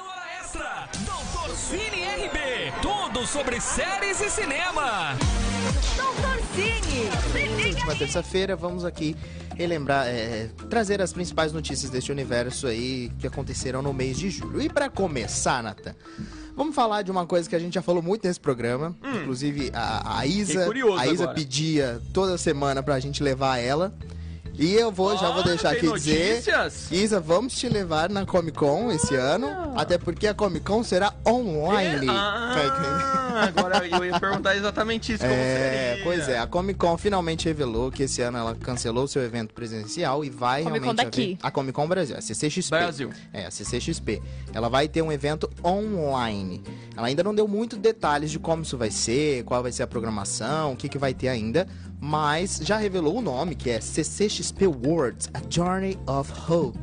Mostra Doutor Cine RB. Tudo sobre séries e cinema. Doutor Cine. Na última terça-feira, vamos aqui relembrar, é, trazer as principais notícias deste universo aí que aconteceram no mês de julho. E pra começar, Nathan, vamos falar de uma coisa que a gente já falou muito nesse programa. Inclusive, a, a Isa, Hum. curioso a Isa agora. pedia toda semana pra gente levar ela. E eu vou, já vou Olha, deixar Ah, tem aqui dizer. notícias? Ah. Isa, vamos te levar na Comic Con esse ano. Até porque a Comic Con será online. Tá entendendo? É? Ah, agora eu ia perguntar exatamente isso. como É, seria. pois é, a Comic Con finalmente revelou que esse ano ela cancelou seu evento presencial e vai Comic Con realmente daqui. haver- a Comic Con Brasil, a CCXP. Brasil. É, a CCXP. Ela vai ter um evento online. Ela ainda não deu muitos detalhes de como isso vai ser, qual vai ser a programação, o que, que vai ter ainda, mas já revelou o nome, que é CCXP Worlds, A Journey of Hope.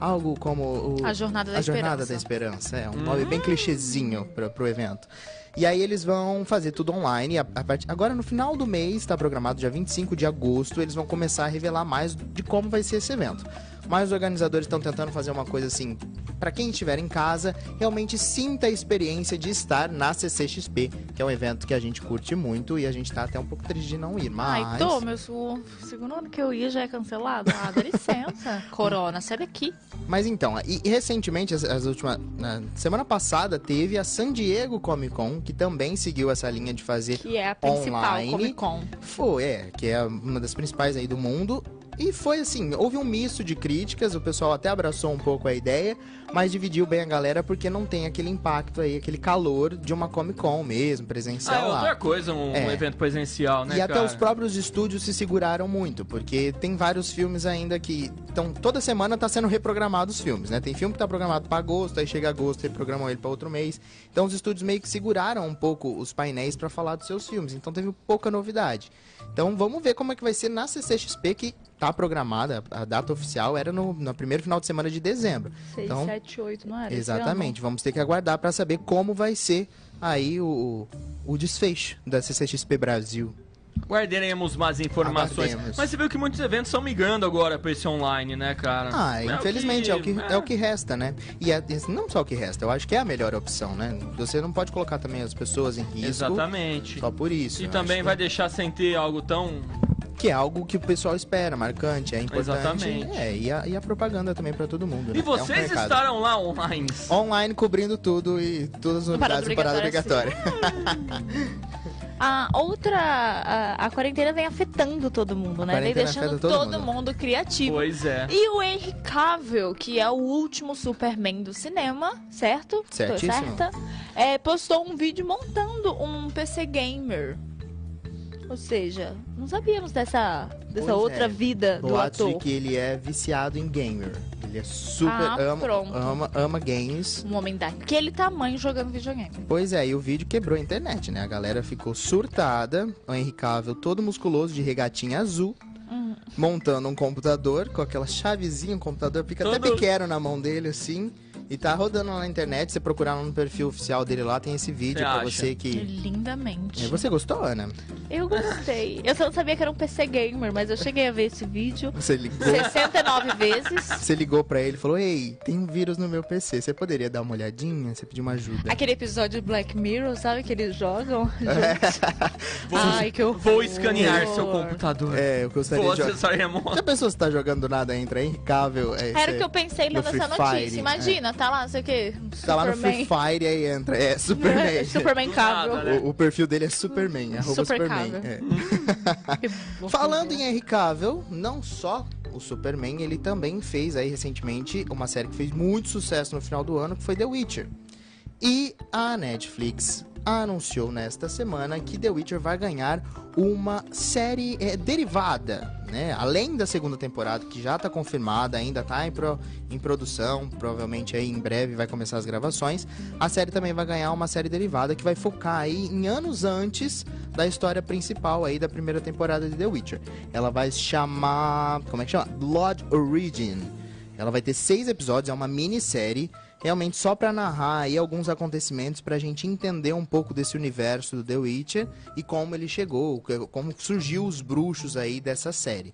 Algo como o- A Jornada da a Jornada Esperança. da Esperança, é um nome bem clichêzinho pra, pro evento. E aí eles vão fazer tudo online. A, a partir- agora no final do mês, tá programado dia 25 de agosto, eles vão começar a revelar mais de como vai ser esse evento. Mas os organizadores estão tentando fazer uma coisa assim, pra quem estiver em casa, realmente sinta a experiência de estar na CCXP, que é um evento que a gente curte muito e a gente tá até um pouco triste de não ir, mas Ai, tô, meu su- segundo ano que eu ia já é cancelado. Ah, dá licença. Corona, sai daqui. Mas então, e e recentemente, as, as últimas. na semana passada teve a San Diego Comic Con, que também seguiu essa linha de fazer. Que é a principal Online. Comic Con. Foi, é, que é uma das principais aí do mundo. E foi assim, houve um misto de críticas, o pessoal até abraçou um pouco a ideia, mas dividiu bem a galera porque não tem aquele impacto aí, aquele calor de uma Comic Con mesmo, Ah, presencial é lá. outra coisa, um, um É. evento presencial, né, E até cara? os próprios estúdios se seguraram muito, porque tem vários filmes ainda que estão. Toda semana tá sendo reprogramados os filmes, né? Tem filme que tá programado pra agosto, aí chega agosto e programam ele pra outro mês. Então os estúdios meio que seguraram um pouco os painéis pra falar dos seus filmes, então teve pouca novidade. Então vamos ver como é que vai ser na CCXP, que tá programada, a data oficial era no, no primeiro final de semana de dezembro. 6, então, 7, 8, não era? Exatamente, vamos ter que aguardar pra saber como vai ser aí o, o desfecho da CCXP Brasil. Guardaremos mais informações. Aguardemos. Mas você viu que muitos eventos estão migrando agora pra esse online, né, cara? Ah, É o infelizmente é o, que, é. o que resta, né? E é- e não só o que resta, eu acho que é a melhor opção, né? Você não pode colocar também as pessoas em risco. Exatamente. Só por isso. E eu também acho né? vai deixar sem ter algo tão. que- Que é algo que o pessoal espera, marcante, é importante. Exatamente. É, e a, e a propaganda também pra todo mundo. né? E É um vocês recado. estarão lá online. Online cobrindo tudo e todas as novidades em parada obrigatória, é obrigatória. A Ah, outra. A, a quarentena vem afetando todo mundo, né? Vem quarentena deixando afeta todo, todo mundo. mundo. criativo. Pois é. E o Henry Cavill, que é o último Superman do cinema, certo? Tô Certíssimo. certa? É, postou um vídeo montando um PC gamer. Ou seja, não sabíamos dessa, Pois dessa é. outra vida do Boatos ator. de que ele é viciado em gamer. Ele é super. Ah, ama, pronto. ama, ama games. Um homem daquele tamanho jogando videogame. Pois é, e o vídeo quebrou a internet, né? A galera ficou surtada, o Henry Cavill todo musculoso de regatinha azul, Hum. montando um computador com aquela chavezinha, um computador fica até Todo- pequeno na mão dele assim, e tá rodando lá na internet, você procurar no perfil oficial dele lá, tem esse vídeo Você pra acha? você que Lindamente. É, você gostou, Ana? Eu gostei. Eu só não sabia que era um PC gamer, mas eu cheguei a ver esse vídeo Você ligou, 69 vezes. você ligou para ele e falou: "Ei, tem um vírus no meu PC, você poderia dar uma olhadinha? Você pediu uma ajuda?" Aquele episódio de Black Mirror, sabe? Que eles jogam. É. juntos. Ai, que horror. Vou escanear seu computador. É, eu Vou gostaria de jogar. acessar remoto. Já pensou se tá jogando do nada, entra Henry Cavill, é, Era você- o que eu pensei lendo No essa Free notícia. Fire, é. Imagina, tá lá, não sei o quê. Tá lá no Free Fire aí entra. É, Superman. Superman Do nada, Cabo. né? O, o perfil dele é Superman, arroba Super Superman. Cavill. é. né? Falando em Henry Cavill, não só o Superman, ele também fez aí recentemente uma série que fez muito sucesso no final do ano, que foi The Witcher. E a Netflix anunciou nesta semana que The Witcher vai ganhar uma série eh, derivada, né? Além da segunda temporada, que já está confirmada, ainda está em, pro- em produção, provavelmente aí em breve vai começar as gravações. A série também vai ganhar uma série derivada que vai focar aí em anos antes da história principal aí da primeira temporada de The Witcher. Ela vai se chamar, como é que chama? Blood Origin. Ela vai ter seis episódios, é uma minissérie, realmente só pra narrar aí alguns acontecimentos pra gente entender um pouco desse universo do The Witcher e como ele chegou, como surgiu os bruxos aí dessa série.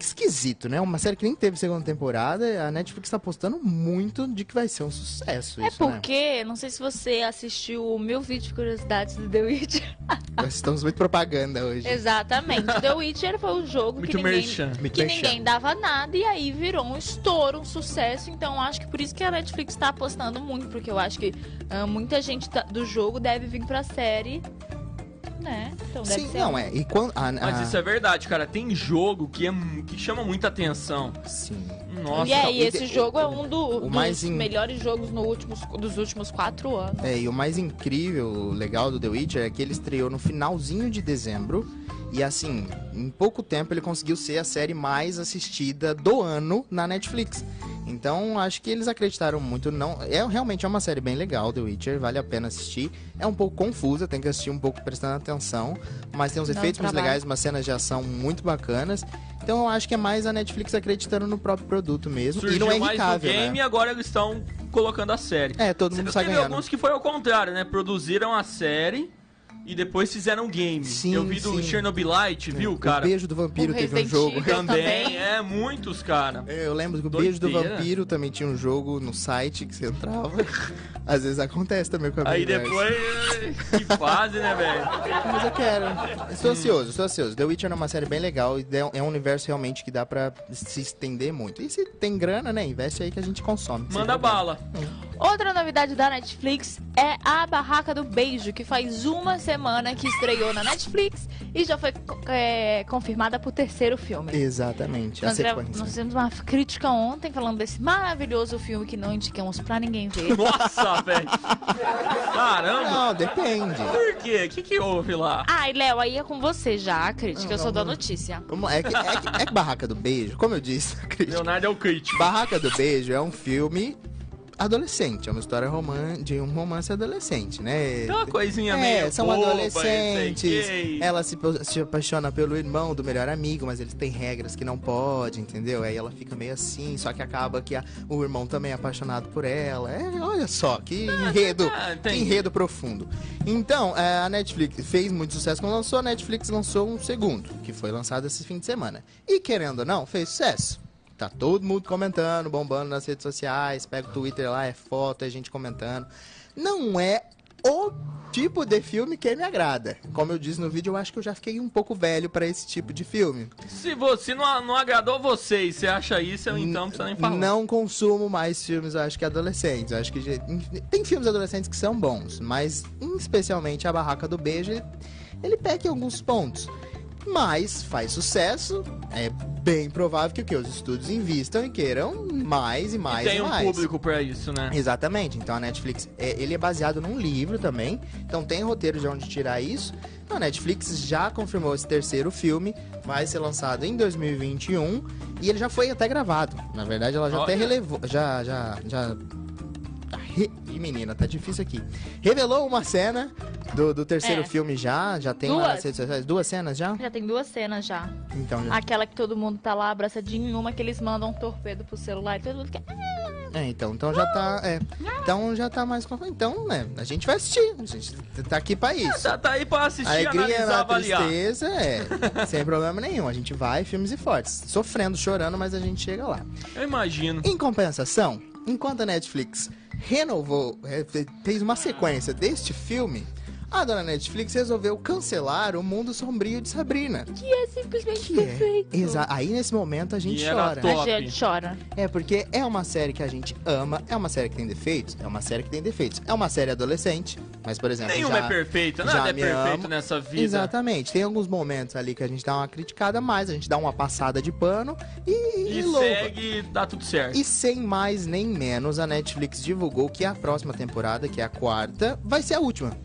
esquisito, né? Uma série que nem teve segunda temporada, a Netflix tá apostando muito de que vai ser um sucesso É isso, né? porque, não sei se você assistiu o meu vídeo de curiosidades do The Witcher. Nós estamos muito propaganda hoje. Exatamente. The Witcher foi um jogo Muito que ninguém, merchan. Muito que merchan. ninguém dava nada e aí virou um estouro, um sucesso. Então acho que por isso que a Netflix tá apostando muito, porque eu acho que ah, muita gente tá- do jogo deve vir pra série, né? Então deve Sim, ser não, é. E quando. a- Mas a- isso é verdade, cara. Tem jogo que, é, mu- que chama muita atenção. Sim. é- Nossa, e aí, então, esse o- o- jogo é um do- o dos mais in- melhores jogos no últimos- dos últimos quatro anos. É, e o mais incrível, o legal do The Witcher é que ele estreou no finalzinho de dezembro. E assim, em pouco tempo ele conseguiu ser a série mais assistida do ano na Netflix. Então, acho que eles acreditaram muito. Não, é realmente é uma série bem legal, The Witcher, vale a pena assistir. É um pouco confusa, tem que assistir um pouco prestando atenção, mas tem uns Dá um efeitos muito trabalho. legais, umas cenas de ação muito bacanas. Então, eu acho que é mais a Netflix acreditando no próprio produto mesmo e surgiu não é mais um irritável, game né? e agora eles estão colocando a série. É, todo mundo sai Teve ganhando. alguns que foi ao contrário, né? Produziram a série e depois fizeram um game. Sim, Eu vi do sim. É, Chernobylite, viu, O cara? beijo do vampiro O teve um Resident jogo. Evil. Também, também. é, muitos, cara. É, Eu lembro que o Doideira. Beijo do Vampiro também tinha um jogo no site que você entrava. Às vezes acontece também com a Aí Blizzard. depois. que fase, né, velho? Ah, Mas eu quero. Estou ansioso, estou ansioso. The Witcher é uma série bem legal e de- é um universo realmente que dá pra se estender muito. E se tem grana, né? Investe aí que a gente consome. sem Manda problema. bala. Outra novidade da Netflix é a Barraca do Beijo, que faz uma semana que estreou na Netflix e já foi co- é, confirmada pro terceiro filme. Exatamente, a Nós, gra- sequência. nós fizemos uma crítica ontem falando desse maravilhoso filme que não indicamos pra ninguém ver. Nossa, velho. Caramba. Não, depende. Por quê? O que, que houve lá? Ai, Léo, aí é com você já a crítica, eu Não, sou da não, não. notícia. Vamos- É que, é que- é que Barraca do Beijo, como eu disse, a crítica. Leonardo é o crítico. Barraca do Beijo é um filme adolescente, é uma história roman de um romance adolescente, né? É uma coisinha É, meio. são boba, não adolescentes. É. sei o quê. Ela se, pa- se apaixona pelo irmão do melhor amigo, mas eles têm regras que não pode, entendeu? Aí ela fica meio assim, só que acaba que a- o irmão também é apaixonado por ela. É, olha só, que enredo, tá, que entendi. enredo profundo. Então, é, a Netflix fez muito sucesso quando lançou, a Netflix lançou um segundo, que foi lançado esse fim de semana. E querendo ou não, fez sucesso. Tá todo mundo comentando, bombando nas redes sociais, pega o Twitter lá, é foto, é gente comentando. Não é o tipo de filme que me agrada. Como eu disse no vídeo, eu acho que eu já fiquei um pouco velho pra esse tipo de filme. Se você não, não agradou vocês, você acha isso, eu então não precisa nem falar. Não consumo mais filmes, eu acho que adolescentes. Eu acho que já- tem filmes adolescentes que são bons, mas especialmente a Barraca do Beijo, ele, ele peca em alguns pontos. Mas faz sucesso, é bem provável que o que os estúdios invistam e queiram mais e mais E tem e um mais. público pra isso, né? Exatamente. Então a Netflix, é, ele é baseado num livro também. Então tem roteiro de onde tirar isso. Então a Netflix já confirmou esse terceiro filme, vai ser lançado em 2021 e ele já foi até gravado. Na verdade, ela já até Olha. relevou, já já já Ai, Ih, menina, tá difícil aqui. Revelou uma cena do, do terceiro É. filme já, já tem lá nas Duas. redes sociais. Duas cenas já? Já tem duas cenas já. Então já. Aquela que todo mundo tá lá abraçadinho, e uma que eles mandam um torpedo pro celular e todo mundo fica. É, então, então já tá. É, Ah. então já tá mais. conf- Então, né? A gente vai assistir. A gente tá aqui pra isso. Tá, tá aí pra A assistir, alegria analisar, na avaliar. tristeza é. Sem problema nenhum. A gente vai, filmes e fortes. Sofrendo, chorando, mas a gente chega lá. Eu imagino. Em compensação, enquanto a Netflix renovou, é, fe- fez uma sequência deste filme, a dona Netflix resolveu cancelar o mundo sombrio de Sabrina. Que é simplesmente Que é. perfeito. exa- Aí nesse momento a gente E era chora. top. A gente chora. É porque é uma série que a gente ama, é uma série que tem defeitos, é uma série que tem defeitos. É uma série adolescente, mas por exemplo. Nenhuma já- é perfeita, já nada é me perfeito amo. nessa vida. Exatamente. Tem alguns momentos ali que a gente dá uma criticada mais, a gente dá uma passada de pano e, e, E louva. segue, dá tudo certo. E sem mais nem menos, a Netflix divulgou que a próxima temporada, que é a quarta, vai ser a última.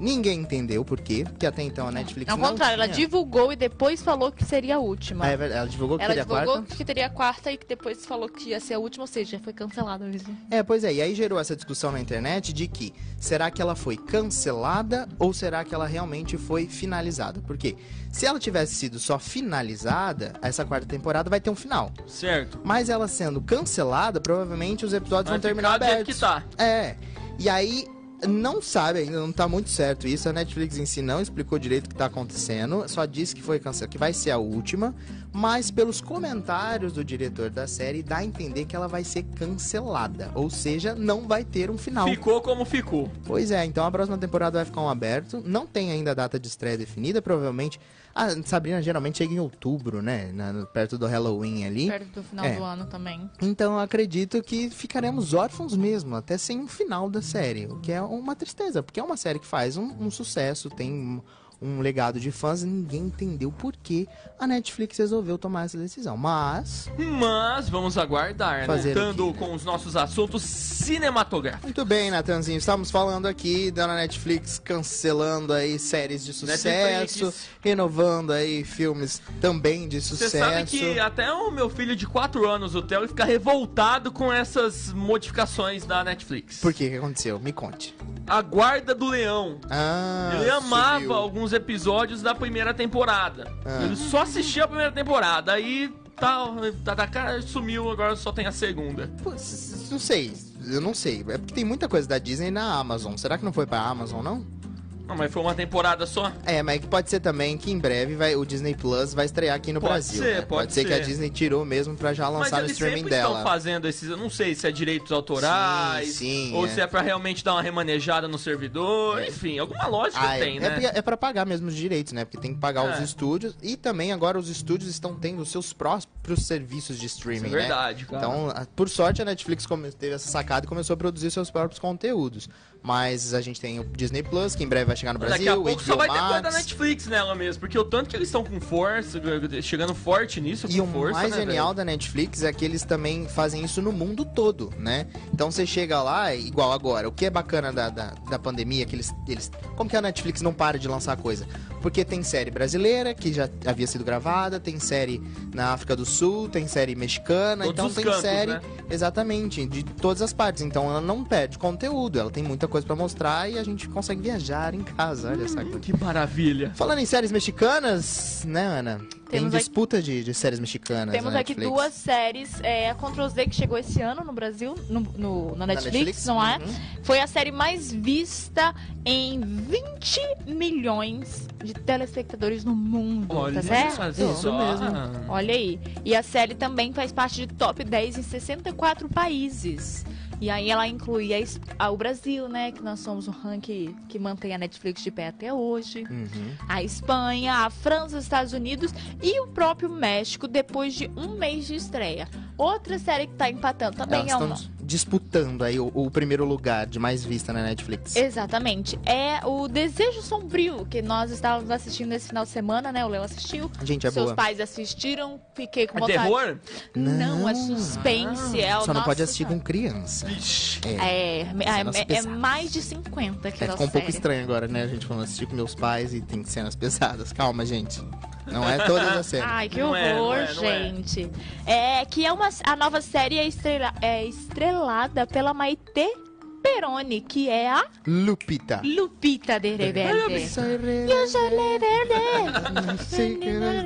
Ninguém entendeu por quê, porque até então a Netflix Ao não contrário, ela tinha- divulgou e depois falou que seria a última. Ah, é verdade, ela divulgou que Ela seria a divulgou quarta. que teria a quarta e que depois falou que ia ser a última, ou seja, foi cancelada mesmo. É, pois é, e aí gerou essa discussão na internet de que será que ela foi cancelada ou será que ela realmente foi finalizada? Porque se ela tivesse sido só finalizada, essa quarta temporada vai ter um final. Certo. Mas ela sendo cancelada, provavelmente os episódios Vai vão terminar ficar do jeito abertos. que tá. É. E aí, não sabe ainda, não tá muito certo isso. A Netflix em si não explicou direito o que tá acontecendo. Só disse que foi cancelado, que vai ser a última. mas pelos comentários do diretor da série dá a entender que ela vai ser cancelada, ou seja, não vai ter um final. Ficou como ficou. Pois é, então a próxima temporada vai ficar um aberto, não tem ainda a data de estreia definida, provavelmente. A Sabrina geralmente chega em outubro, né? Na- no- perto do Halloween ali. Perto do final É. do ano também. Então eu acredito que ficaremos órfãos mesmo, até sem um final da série, o que é uma tristeza, porque é uma série que faz um, um sucesso, tem um, um legado de fãs, e ninguém entendeu por que a Netflix resolveu tomar essa decisão. Mas, Mas vamos aguardar, né? Fazer o voltando com os nossos assuntos cinematográficos. muito bem, Natanzinho, estamos falando aqui da Netflix cancelando aí séries de sucesso, Netflix. renovando aí filmes também de Você sucesso. sabe que até o meu filho de 4 anos, o Theo, ele fica revoltado com essas modificações da Netflix. Por que que aconteceu? Me conte. A Guarda do Leão. Ah, Ele amava subiu. alguns episódios da primeira temporada. Ah. Ele só assistia a primeira temporada, aí tal, tá, tá, cara, sumiu, agora só tem a segunda. Pô, s- s- Não sei, eu não sei. É porque tem muita coisa da Disney na Amazon. Será que não foi pra Amazon, não? Não, mas foi uma temporada só. É, mas é que pode ser também que em breve vai, o Disney Plus vai estrear aqui no Pode Brasil. ser, né? pode ser. que a ser. Disney tirou mesmo pra já Mas lançar no eles streaming sempre dela. estão fazendo esses, eu não sei se é direitos autorais, Sim, sim, ou é. se é pra realmente dar uma remanejada no servidor, enfim, alguma lógica Ah, é, tem, é, né? porque- é pra pagar mesmo os direitos, né? Porque tem que pagar os É. estúdios. E também agora os estúdios estão tendo os seus próprios serviços de Isso streaming, é né? verdade, cara. Então, a- por sorte, a Netflix come- teve essa sacada e começou a produzir seus próprios conteúdos. Mas a gente tem o Disney Plus, que em breve vai chegar no Daqui Brasil. a pouco só HBO vai ter coisa da Max. Netflix nela mesmo, porque o tanto que eles estão com força, chegando forte nisso, E com o força, mais né, genial da Netflix é que eles também fazem isso no mundo todo, né? Então você chega lá, igual agora, o que é bacana da, da, da pandemia, é que eles, eles. Como que a Netflix não para de lançar coisa? Porque tem série brasileira, que já havia sido gravada, tem série na África do Sul, tem série mexicana, Todos então os tem cantos, série. né? Exatamente, de todas as partes. Então ela não perde conteúdo, ela tem muita coisa pra mostrar e a gente consegue viajar em casa, olha essa velho? coisa. Que maravilha. Falando em séries mexicanas, né, Ana? tem Temos aqui- disputa de, de séries mexicanas. Temos na aqui Netflix. duas séries. É, a Ctrl Z que chegou esse ano no Brasil, no, no- na, Netflix, não é? Uhum. Foi a série mais vista em 20 milhões de telespectadores no mundo, tá certo? Isso mesmo. Olha aí. E a série também faz parte de top 10 em 64 países. E aí ela inclui a Es- a- o Brasil, né? Que nós somos o ranking que mantém a Netflix de pé até hoje. Uhum. A Espanha, a França, os Estados Unidos e o próprio México depois de um mês de estreia. Outra série que tá empatando também Elas é estão uma. disputando aí o, o primeiro lugar de mais vista na Netflix. é Exatamente. É o Desejo Sombrio, que nós estávamos assistindo esse final de semana, né? O Léo assistiu. Gente, é Seus boa. pais assistiram, fiquei com É vontade. terror? Não, é Não. suspense. é o Só não nosso- pode assistir com criança. Ixi. É, é, Cenas é- é pesadas. mais de 50 que É, nossa ficou um pouco série. estranho agora, né? A gente falando assistir com meus pais e tem cenas pesadas. Calma, gente. Não é todas as cenas. Ai, que Não é, não horror, é, não é. gente. É. que é uma a nova série é, estrela- é estrelada pela Maite Peroni, que é a Lupita. Lupita de Rebelde.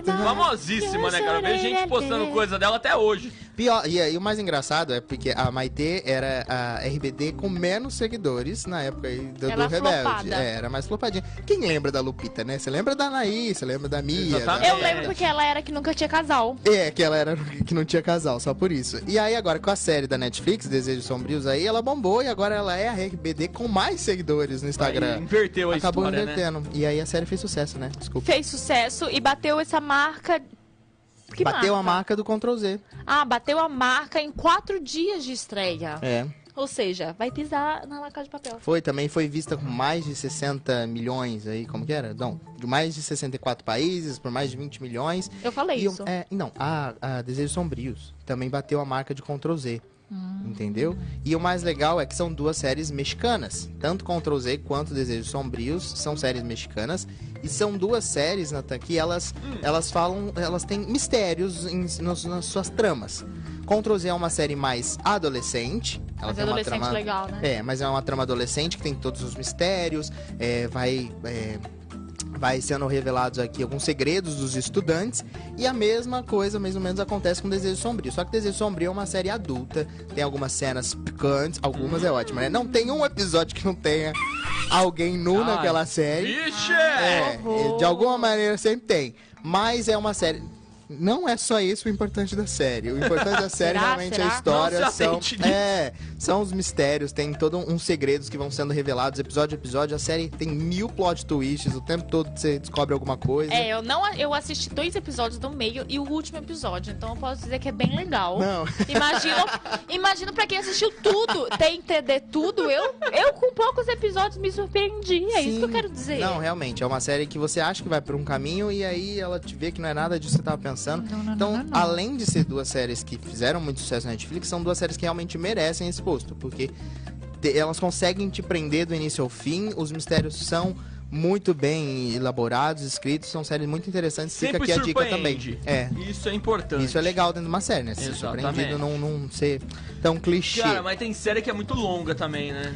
Famosíssima, né, cara? Eu vejo gente postando coisa dela até hoje. Pior, e aí o mais engraçado é porque a Maitê era a RBD com menos seguidores na época aí do, Ela do Rebelde. flopada. É, era mais flopadinha. Quem lembra da Lupita, né? Você lembra da Anaí, você lembra da Mia. da- Exatamente. Eu lembro porque ela era que nunca tinha casal. É, que ela era que não tinha casal, só por isso. E aí agora com a série da Netflix, Desejos Sombrios aí, ela bombou e agora ela é a RBD com mais seguidores no Aí Instagram. Inverteu a Acabou história, né? invertendo. E aí a série fez sucesso, né? Desculpa. Fez sucesso e bateu essa marca. Que Bateu a marca do Ctrl Z. Ah, bateu a marca em quatro dias de estreia. É. Ou seja, vai pisar na laca de papel. Foi, também foi vista com mais de 60 milhões aí, como que era? Não, de mais de 64 países, por mais de 20 milhões. Eu falei E o- isso. é, não, a, a Desejos Sombrios também bateu a marca de Ctrl Z. Hum. Entendeu? E o mais legal é que são duas séries mexicanas. Tanto Ctrl Z quanto Desejos Sombrios são séries mexicanas. E são duas séries, Natan, que elas, elas falam. Elas têm mistérios em- nas, nas suas tramas. Ctrl Z é uma série mais adolescente. Ela Mas tem uma adolescente trama legal, né? é, mas é uma trama adolescente que tem todos os mistérios, é, vai. é, Vai sendo revelados aqui alguns segredos dos estudantes. E a mesma coisa, mais ou menos, acontece com Desejo Sombrio. Só que Desejo Sombrio é uma série adulta. Tem algumas cenas picantes. Algumas é ótima, né? Não tem um episódio que não tenha alguém nu Ai, né? naquela série. Vixe! É, horror. de alguma maneira sempre tem. Mas é uma série. não é só isso o importante da série. O importante da série Será? realmente é a Será? história. Não se são, atente é, são os mistérios, tem todo uns segredos que vão sendo revelados episódio a episódio. A série tem mil plot twists, o tempo todo você descobre alguma coisa. É, eu não eu assisti dois episódios do meio e o último episódio, então eu posso dizer que é bem legal. Não, Imagina, imagina para quem assistiu tudo, tem TD tudo, eu eu com poucos episódios me surpreendi, é isso que eu Sim. quero dizer. não, realmente, é uma série que você acha que vai por um caminho e aí ela te vê que não é nada disso que você tava pensando. Não, não, não, Então, não, não. além de ser duas séries que fizeram muito sucesso na Netflix, são duas séries que realmente merecem esse posto, porque te- elas conseguem te prender do início ao fim, os mistérios são muito bem elaborados, escritos, são séries muito interessantes. Sempre Fica aqui a dica surpreende. também. É. Isso é importante. Isso é legal dentro de uma série, né? Ser Exatamente. surpreendido não, não ser tão clichê. Cara, mas tem série que é muito longa também, né?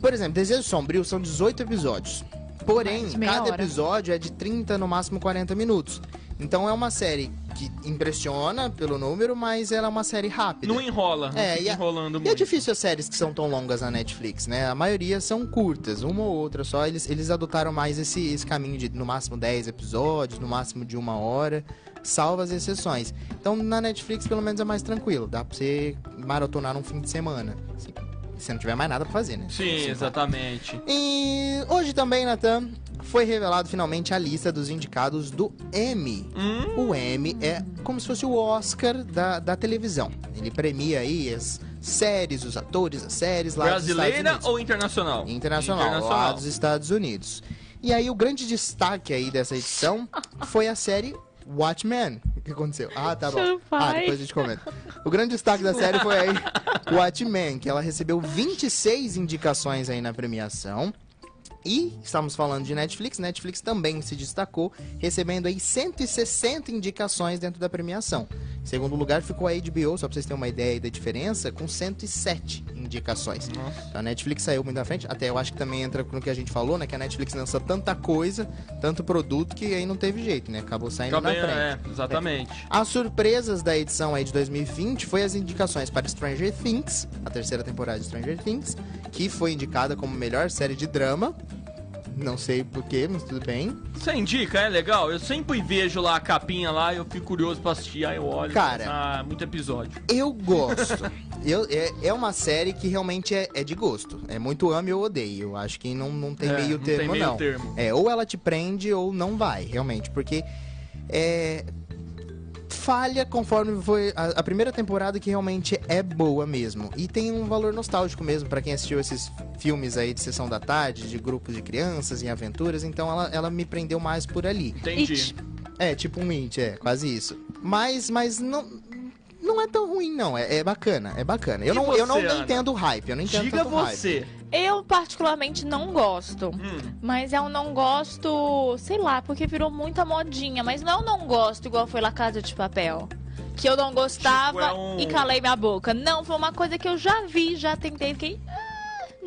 Por exemplo, Desejo Sombrio são 18 episódios. Porém, Mais de meia cada hora. episódio é de 30, no máximo 40 minutos. Então é uma série que impressiona pelo número, mas ela é uma série rápida. Não enrola. É, não fica e a- enrolando E é muito. difícil as séries que são tão longas na Netflix, né? A maioria são curtas, uma ou outra só. Eles, eles adotaram mais esse, esse caminho de no máximo 10 episódios, no máximo de uma hora, salvo as exceções. Então na Netflix pelo menos é mais tranquilo, dá pra você maratonar num fim de semana. assim, se não tiver mais nada pra fazer, né? Sim, Assim, exatamente. e hoje também, Natan, foi revelado finalmente a lista dos indicados do Emmy. Hum, O Emmy é como se fosse o Oscar da, da televisão. Ele premia aí as séries, os atores, as séries lá brasileira dos Estados Unidos. ou internacional? Internacional, lá dos Estados Unidos. E aí o grande destaque aí dessa edição foi a série Watchmen. O que aconteceu? Ah, tá bom. Ah, Vai. depois a gente comenta. O grande destaque da série foi aí Watchmen, que ela recebeu 26 indicações aí na premiação. E estamos falando de Netflix, Netflix também se destacou, recebendo aí 160 indicações dentro da premiação. Em segundo lugar ficou a HBO, só pra vocês terem uma ideia aí da diferença, com 107 indicações. Nossa. A Netflix saiu muito à frente, até eu acho que também entra com o que a gente falou, né? Que a Netflix lança tanta coisa, tanto produto, que aí não teve jeito, né? Acabou saindo Acabei, na frente. é, exatamente. As surpresas da edição aí de 2020 foi as indicações para Stranger Things, a terceira temporada de Stranger Things, que foi indicada como melhor série de drama. Não sei porquê, mas tudo bem. Você indica, é legal? Eu sempre vejo lá a capinha lá, eu fico curioso pra assistir, aí eu olho. Cara. Ah, muito episódio. Eu gosto. Eu- é, é uma série que realmente é, é de gosto. É muito ame ou odeio. Eu acho que não, não tem É, meio não tem termo, meio não. termo. É, ou ela te prende ou não vai, realmente. Porque é, falha conforme foi a, a primeira temporada que realmente é boa mesmo. E tem um valor nostálgico mesmo pra quem assistiu esses filmes aí de sessão da tarde, de grupos de crianças em aventuras. Então ela, ela me prendeu mais por ali. Entendi. It. É, tipo um int, é, quase isso. Mas, mas não. Não é tão ruim, não. É, é bacana, é bacana. Eu E não, eu não você, Ana? entendo o hype, eu não entendo Diga tanto hype. você. Eu particularmente não gosto. Hum, Mas é um não gosto, sei lá, porque virou muita modinha. Mas não é um não gosto igual foi La Casa de Papel. Que eu não gostava Tipo, é um- e calei minha boca. Não, foi uma coisa que eu já vi, já tentei, fiquei. "Ah,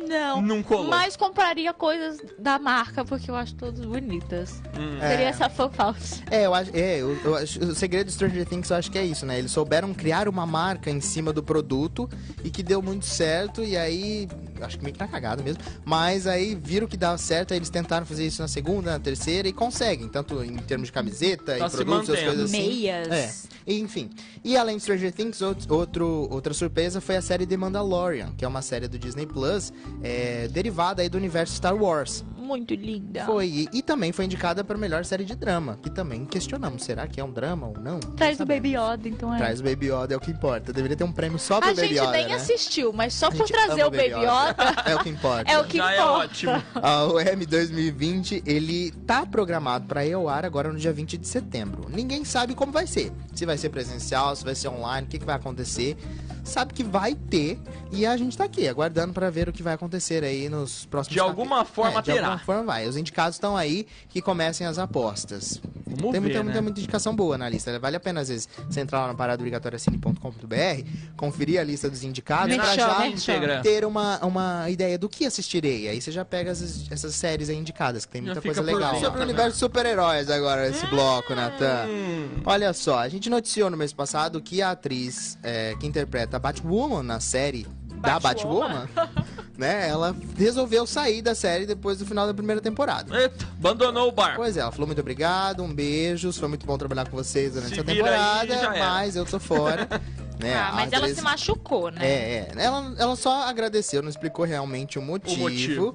Não. não colou. Mas compraria coisas da marca, porque eu acho todas bonitas. Hum. É. Seria essa fanfalsa. É, eu acho, é eu, eu acho- o segredo do Stranger Things eu acho que é isso, né? Eles souberam criar uma marca em cima do produto e que deu muito certo, e aí. Acho que meio que na cagada mesmo. Mas aí viram que dava certo, aí eles tentaram fazer isso na segunda, na terceira e conseguem. Tanto em termos de camiseta Tá e se produtos, essas mantendo. coisas assim. Meias. É. E, Enfim. E além de Stranger Things, out- outro, outra surpresa foi a série The Mandalorian, que é uma série do Disney Plus, é, derivada aí do universo Star Wars. Muito linda. Foi. E, e também foi indicada para melhor série de drama. Que também questionamos, será que é um drama ou não? Traz do Sabemos. Baby Yoda, então é. Traz o Baby Yoda, é o que importa. Deveria ter um prêmio só pro A Baby gente Yoda, nem né? assistiu, mas só A por gente trazer ama o Baby Yoda É o que importa. é o que Já é importa. ótimo. A OM 2020, ele tá programado pra ir ao ar agora no dia 20 de setembro. Ninguém sabe como vai ser. Se vai ser presencial, se vai ser online, o que, que vai acontecer. Sabe que vai ter e a gente tá aqui aguardando pra ver o que vai acontecer aí nos próximos De alguma capítulos. forma é, de terá. alguma forma vai. Os indicados estão aí que comecem as apostas. Vamos tem, ver, muita, né? muita, muita indicação boa na lista. né? Vale a pena, às vezes, você entrar lá no paradoobrigatoriacine.com.br, conferir a lista dos indicados pra Merchan, já merchan. Íntegra. ter uma, uma ideia do que assistirei. Aí você já pega essas, essas séries aí indicadas, que tem Já muita fica coisa por legal. dentro, Sobre o né? É. universo de super-heróis agora, esse bloco, Natan. Hum. Olha só, a gente noticiou no mês passado que a atriz é, que interpreta a Batwoman na série da Batwoman, Batwoman? né? Ela resolveu sair da série depois do final da primeira temporada. Eita, abandonou o bar. Pois é, ela falou muito obrigado, um beijo, foi muito bom trabalhar com vocês durante Se essa vira aí, já temporada, era. mas eu tô fora. né? Ah, mas Às ela vezes- se machucou, né? É, é. Ela, ela só agradeceu, não explicou realmente o motivo,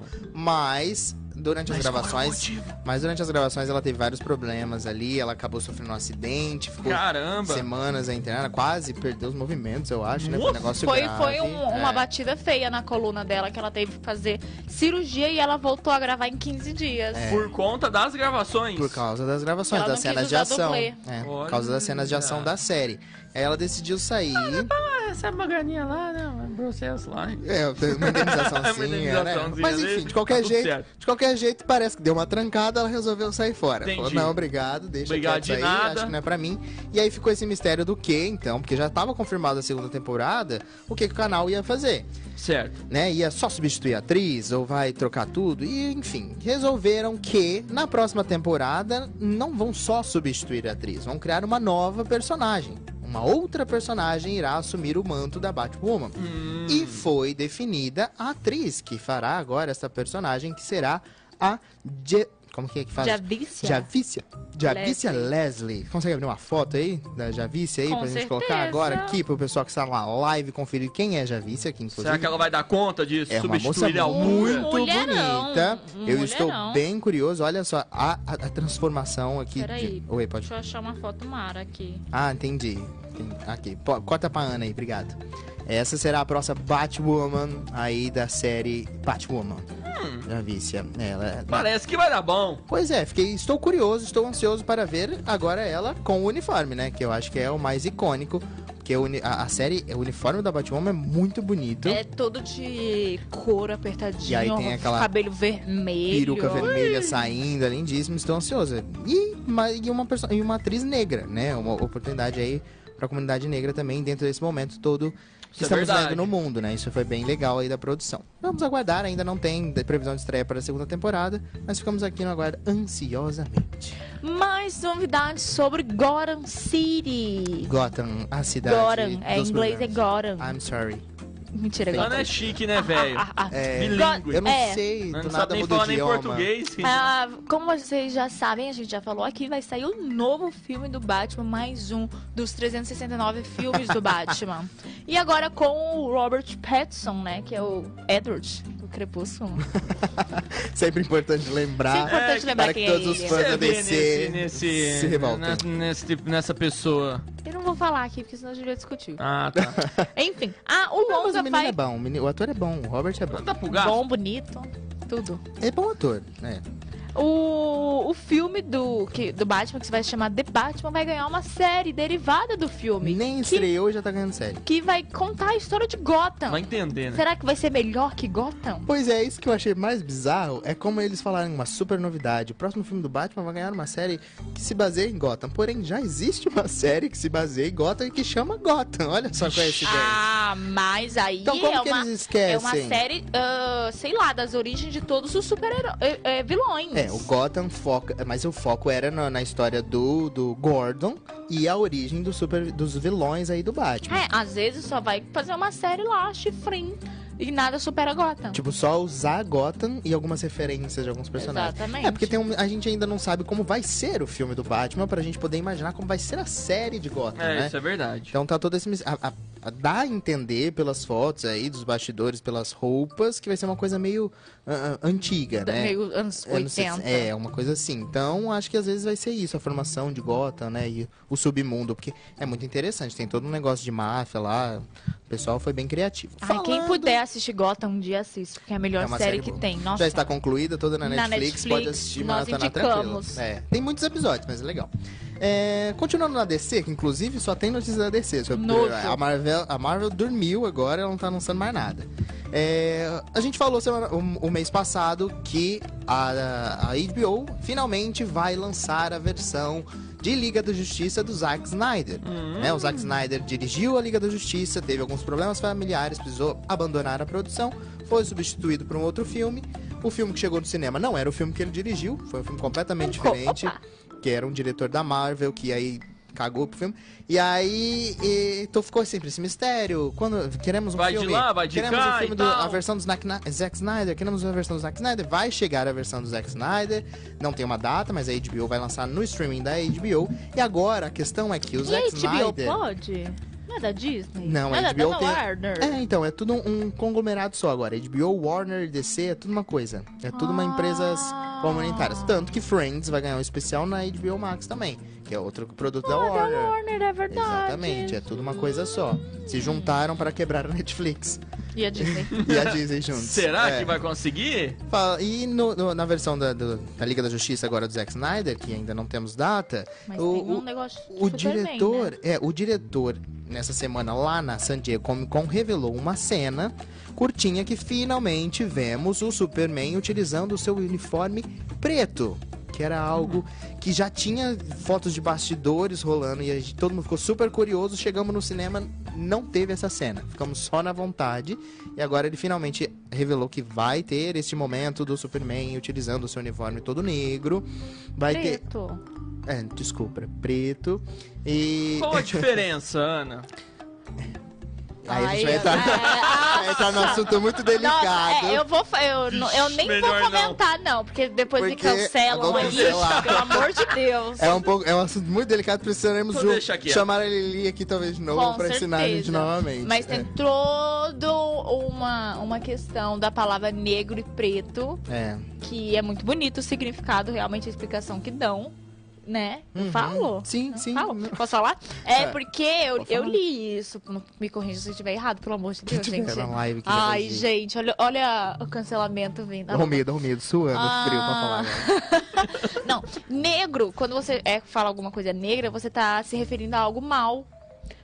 motivo. mas durante as Mas qual é o gravações. motivo? mas durante as gravações ela teve vários problemas ali, ela acabou sofrendo um acidente, ficou Caramba. semanas aí internada, quase perdeu os movimentos, eu acho, né? Foi um Nossa. negócio Foi, grave. foi um- uma É. batida feia na coluna dela que ela teve que fazer cirurgia e ela voltou a gravar em 15 dias. Por conta das gravações. é. Por causa das gravações, Ela das não quis cenas de usar ação. dublê. É, por causa das cenas de ação Olha. da série. Aí ela decidiu sair. Ah, sabe uma graninha lá, né? Um processo lá. É, uma indenizaçãozinha, né? Indenizaçãozinha Mas ali, enfim, de tá qualquer tudo jeito, certo. de qualquer jeito, parece que deu uma trancada, ela resolveu sair fora. Entendi. Falou, não, obrigado, deixa Obrigado quieto de aí, nada. acho que não é pra mim. E aí ficou esse mistério do que, então, porque já tava confirmado a segunda temporada, o que, que o canal ia fazer, Certo. né? Ia só substituir a atriz, ou vai trocar tudo, e enfim, resolveram que, na próxima temporada, não vão só substituir a atriz, vão criar uma nova personagem. Uma outra personagem irá assumir o manto da Batwoman. Hum, E foi definida a atriz que fará agora essa personagem, que será a Je... Como que é que faz? Javícia? Javícia. Javícia Leslie. Consegue abrir uma foto aí da Javícia aí Com pra gente certeza. colocar agora aqui pro pessoal que está na live conferir quem é Javícia, que inclusive será que ela vai dar conta disso? é uma moça Substituir a muito altura? Mulherão, bonita. Eu mulherão. estou bem curioso. Olha só a, a- a transformação aqui. Peraí. De... Oi, pode Deixa eu achar uma foto mara aqui. ah, entendi. Entendi. Aqui, Po- corta pra Ana aí, obrigado. Essa será a próxima Batwoman aí da série Batwoman. Já vi se ela. Hum. é- Parece que vai dar bom. Pois é, fiquei, estou curioso, estou ansioso para ver agora ela com o uniforme, né? Que eu acho que é o mais icônico. Porque o uni- a, a série, o uniforme da Batwoman é muito bonito. É todo de couro apertadinho, E aí tem aquela cabelo vermelho. Peruca vermelha saindo, é lindíssimo, estou ansioso. E, ma- e uma, perso- e uma atriz negra, né? Uma oportunidade aí pra comunidade negra também dentro desse momento todo Isso que é estamos verdade. vendo no mundo, né? Isso foi bem legal aí da produção. Vamos aguardar, ainda não tem de- previsão de estreia para a segunda temporada, mas ficamos aqui no aguardo ansiosamente. Mais novidades sobre Gotham City. Gotham, a cidade. Gotham, é, em dos inglês é problemas. Gotham. I'm sorry. Mentira, Ana Gotham. é chique, né, velho? Ah, ah, ah. É, Bilíngue. eu não É. sei, Não do sabe nada nem muda o falar nem idioma. português. que- Ah, como vocês já sabem, a gente já falou aqui, vai sair o novo filme do Batman, mais um dos 369 filmes do Batman. E agora com o Robert Pattinson, né, que é o Edward do Crepúsculo. Sempre importante lembrar. Sempre importante que- lembrar para quem que é todos os ele. fãs Você da vê DC nesse, nesse, se revoltem. na- nesse tipo- nessa pessoa. Eu não vou falar aqui, porque senão a gente vai discutir. Ah, tá. Enfim, ah, o Não, mas o Longa menino vai... é bom, o, menino- o ator é bom, o Robert é bom. Tá pro gato. Bom, bonito, tudo. É bom ator, né? O, o filme do, que, do Batman, que se vai chamar The Batman, vai ganhar uma série derivada do filme. Nem que, estreou e já tá ganhando série. que vai contar a história de Gotham. Vai entender, né? Será que vai ser melhor que Gotham? Pois é, isso que eu achei mais bizarro é como eles falaram uma super novidade. O próximo filme do Batman vai ganhar uma série que se baseia em Gotham. Porém, já existe uma série que se baseia em Gotham e que chama Gotham. Olha só qual é esse ideia. Ah, mas aí Então como é, que uma, eles é uma esquecem? série, ah, sei lá, das origens de todos os super-heróis, vilões. É, o Gotham foca, mas o foco era na, na história do, do Gordon e a origem do super, dos vilões aí do Batman. É, às vezes só vai fazer uma série lá, chifrinho, e nada supera Gotham. Tipo, só usar Gotham e algumas referências de alguns personagens. Exatamente. É, porque tem um- a gente ainda não sabe como vai ser o filme do Batman pra gente poder imaginar como vai ser a série de Gotham, É, né? isso é verdade. Então tá todo esse... mis- A, a- a- dá a entender pelas fotos aí, dos bastidores, pelas roupas, que vai ser uma coisa meio ah, ah, antiga, né? Meio anos Eu não sei se- 80. É, uma coisa assim. Então, acho que às vezes vai ser isso, a formação de Gotham, né? E o submundo, porque é muito interessante. Tem todo um negócio de máfia lá. O pessoal foi bem criativo. Ai, Falando- quem puder assistir Gotham um dia assiste, porque é a melhor É uma série, série que boa. tem. Nossa. Já está concluída toda na Na Netflix, Netflix, pode assistir nós maratonar tranquilo. indicamos. É, tem muitos episódios, mas é legal. É, continuando na DC, que inclusive só tem notícias da DC. sobre- Nojo. a, Marvel, a Marvel dormiu agora, ela não tá anunciando mais nada. É, a gente falou semana- o, o mês passado que a, a HBO finalmente vai lançar a versão de Liga da Justiça do Zack Snyder. né? O Zack Snyder dirigiu a Liga da Justiça, teve alguns problemas familiares, precisou abandonar a produção, foi substituído por um outro filme. O filme que chegou no cinema não era o filme que ele dirigiu, foi um filme completamente Opa. diferente, que era um diretor da Marvel, que aí cagou pro filme. E aí, e, então ficou sempre esse mistério. Quando queremos um Vai de filme, lá, vai de queremos cá um filme e do- tal. a versão do Snack- Na- Zack Snyder, queremos a versão do Zack Snyder, vai chegar a versão do Zack Snyder. Não tem uma data, mas a HBO vai lançar no streaming da HBO. E agora a questão é que o E Zack a HBO Snyder pode? Não é da Disney? Não, é, a da HBO Dana tem- Warner. Ah, É, então, é tudo um um conglomerado só agora. HBO, Warner, DC, é tudo uma coisa. É tudo uma Ah. empresas comunitárias. Tanto que Friends vai ganhar um especial na HBO Max também, que é outro produto da Ah, Warner. da Warner, é verdade. Exatamente, é tudo uma coisa só. Se juntaram pra quebrar a Netflix E a Disney. e a Disney juntos. Será É. que vai conseguir? Fala- E no- no- na versão da, do- da Liga da Justiça agora do Zack Snyder, que ainda não temos data, Mas o, tem um o- negócio o do Superman, diretor, né? é, o diretor nessa semana lá na San Diego Comic Con revelou uma cena curtinha que finalmente vemos o Superman utilizando o seu uniforme preto, que era algo que já tinha fotos de bastidores rolando e a gente- todo mundo ficou super curioso. Chegamos no cinema, não teve essa cena. Ficamos só na vontade e agora ele finalmente revelou que vai ter este momento do Superman utilizando o seu uniforme todo negro. Vai ter Preto. é, desculpa, preto. E. Qual a diferença, Ana? Aí a gente Ai, vai entrar, é, vai entrar tá num assunto muito delicado. Nossa, é, eu, vou, fa- eu, não- eu nem vou Melhor não. comentar, não. porque depois me Porque cancelam vão aí. cancelar. Pelo amor de Deus. É um, pouco, é um assunto muito delicado, precisaremos Então ju- deixa aqui, ó. chamar a Lili aqui talvez de novo Com pra ensinar a gente certeza. novamente. É, Mas tem toda uma, uma questão da palavra negro e preto, É. é. que é muito bonito o significado, realmente a explicação que dão, né? Eu Uhum. falo. Sim, Eu sim. falo. Posso falar? É, É. porque eu, Pode eu falar. li isso. Não- Me corrija se eu estiver errado, pelo amor de Deus, Tiver gente. Tá na live que Ai, vai vir. gente, tá olha, olha o cancelamento vindo. Ah, Romedo, Romedo, suando frio pra falar. agora. Não, negro, quando você é, fala alguma coisa negra, você tá se referindo a algo mal.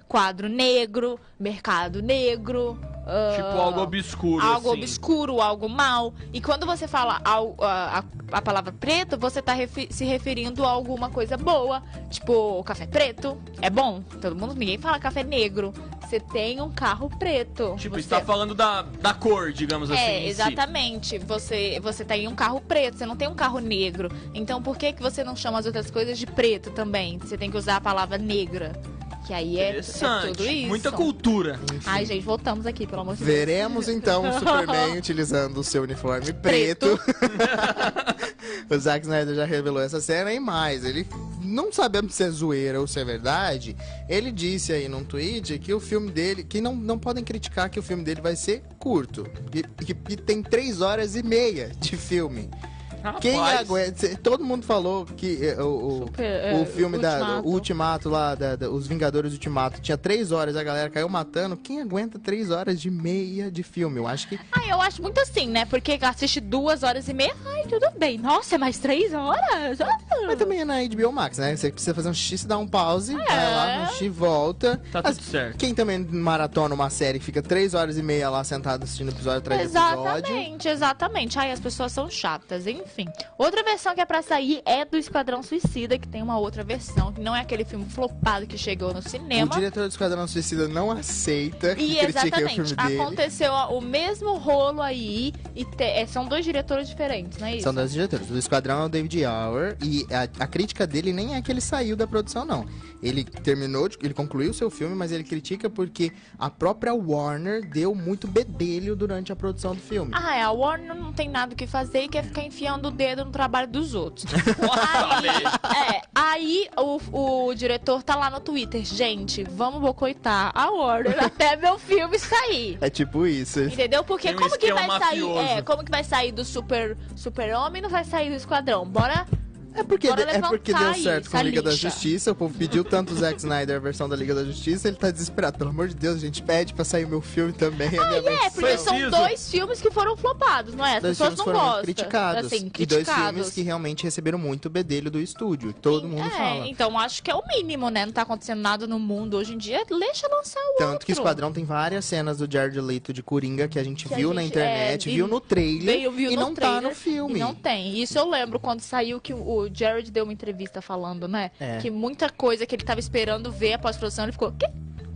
Quadro negro, mercado negro. ah, Tipo, algo obscuro, Algo assim. obscuro, algo mal. E quando você fala al- a, a- a palavra preto, você tá refi- se referindo a alguma coisa boa. Tipo, café preto é bom. Todo mundo, ninguém fala café negro. Você tem um carro preto. Tipo, você... está falando da, da cor, digamos assim. em É, si. exatamente. Você você tá em um carro preto, você não tem um carro negro. Então por que que você não chama as outras coisas de preto também? Você tem que usar a palavra negra, que aí é, é Interessante. tudo isso. Muita cultura. Ai, gente, voltamos aqui, pelo amor de Deus. Veremos então o Superman utilizando o seu uniforme preto. o Zack Snyder já revelou essa cena e mais. Ele não sabemos se é zoeira ou se é verdade. Ele disse aí num tweet que o filme dele. Que não, não podem criticar que o filme dele vai ser curto. E que, que tem três horas e meia de filme. Rapaz, Quem aguenta? cê- Todo mundo falou que eh, o, o- Super, eh, o filme da Ultimato. o Ultimato lá, da, da- os Vingadores Ultimato, tinha três horas, a galera caiu matando. Quem aguenta três horas de meia de filme? Eu acho que. Ah, eu acho muito assim, né? Porque assiste duas horas e meia, ai, tudo bem. Nossa, é mais três horas? Ah. Mas também é na HBO Max, né? Você precisa fazer um X, você dá um pause, É. vai lá, um X, volta. Tá Mas tudo certo. Quem também maratona uma série e fica três horas e meia lá sentado assistindo episódio atrás de episódio. Exatamente, exatamente. Ai, as pessoas são chatas, enfim. Outra versão que é pra sair é do Esquadrão Suicida, que tem uma outra versão, que não é aquele filme flopado que chegou no O cinema. diretor do Esquadrão Suicida não aceita E que critiquem o exatamente, filme dele. aconteceu ó, o mesmo rolo aí, e te- é, são dois diretores diferentes, não é isso? São dois diretores. O Esquadrão é o David Auer e a, a crítica dele nem é que ele saiu da produção, não. Ele terminou, de- ele concluiu o seu filme, mas ele critica porque a própria Warner deu muito bedelho durante a produção do filme. Ah, é, a Warner não tem nada o que fazer e quer ficar enfiando o dedo no trabalho dos outros. aí, é, aí o, o diretor tá lá no Twitter, gente, vamos bocoitar a Warner até meu filme sair. É tipo isso. Entendeu? Porque Tem um como que esquema vai sair? mafioso. É, como que vai sair do super super homem não vai sair do esquadrão? Bora. É porque, Bora é porque deu levantar tá certo isso, com a Liga da Alicia. Justiça. O povo pediu tanto o Zack Snyder a versão da Liga da Justiça. Ele tá desesperado. Pelo amor de Deus, gente, pede pra sair o meu filme também. a minha É, porque versão. são Preciso. dois filmes que foram flopados, não é? As dois pessoas não filmes foram gostam. criticados. Assim, E dois criticados. filmes que realmente receberam muito bedelho do estúdio. Todo mundo é, fala. então acho que é o mínimo, né? Não tá acontecendo nada no mundo hoje em dia. Deixa lançar o Tanto outro. que Esquadrão tem várias cenas do Jared Leto de Coringa que a gente Que a viu na gente, internet, é, e viu no trailer Veio, viu e no não trailer, tá no filme. E não tem. Isso eu lembro quando saiu que o Jared deu uma entrevista falando, né? É. Que muita coisa que ele tava esperando ver após produção, ele ficou. Quê?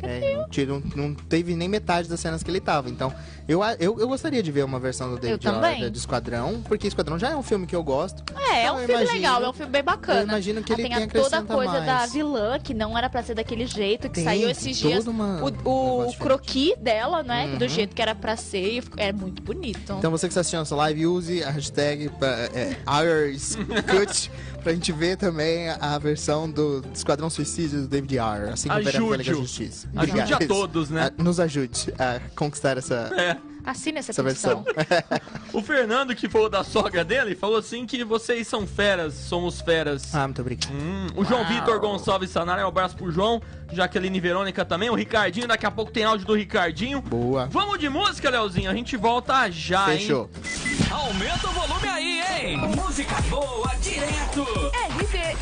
É, não, tira- não- não teve nem metade das cenas que ele tava. Então, eu, a- eu, eu gostaria de ver uma versão do David também. Jordan de Esquadrão, porque Esquadrão já é um filme que eu gosto. É, é um Então, eu filme imagino- legal, é um filme bem bacana. eu imagino Ah, que ele tem tenha a toda a acrescenta coisa mais. da vilã, que não era pra ser daquele jeito, É, que Tem saiu esses toda dias. uma- o- um O, negócio croqui dela, né? Do Uhum. jeito que era pra ser, e fico- é muito bonito. Então você que está assistindo essa live, use a hashtag pra- é, IRSCUT pra gente ver também a versão do Esquadrão Suicídio do David Ayer, assim como veremos a Liga da Ajude-o. Justiça. Ajude Obrigado. a todos, né? Ah, Nos ajude a conquistar essa, É. Assina essa, essa petição. versão. O Fernando, que falou da sogra dele, falou assim que vocês são feras, somos feras. ah, muito obrigado. Hum, o João Vitor Gonçalves Sanara, um abraço pro João, Jaqueline Verônica também, o Ricardinho, daqui a pouco tem áudio do Ricardinho. Boa. Vamos de música, Leozinho, a gente volta já, Tá, hein? Fechou. Aumenta o volume aí, hein? Música boa direto.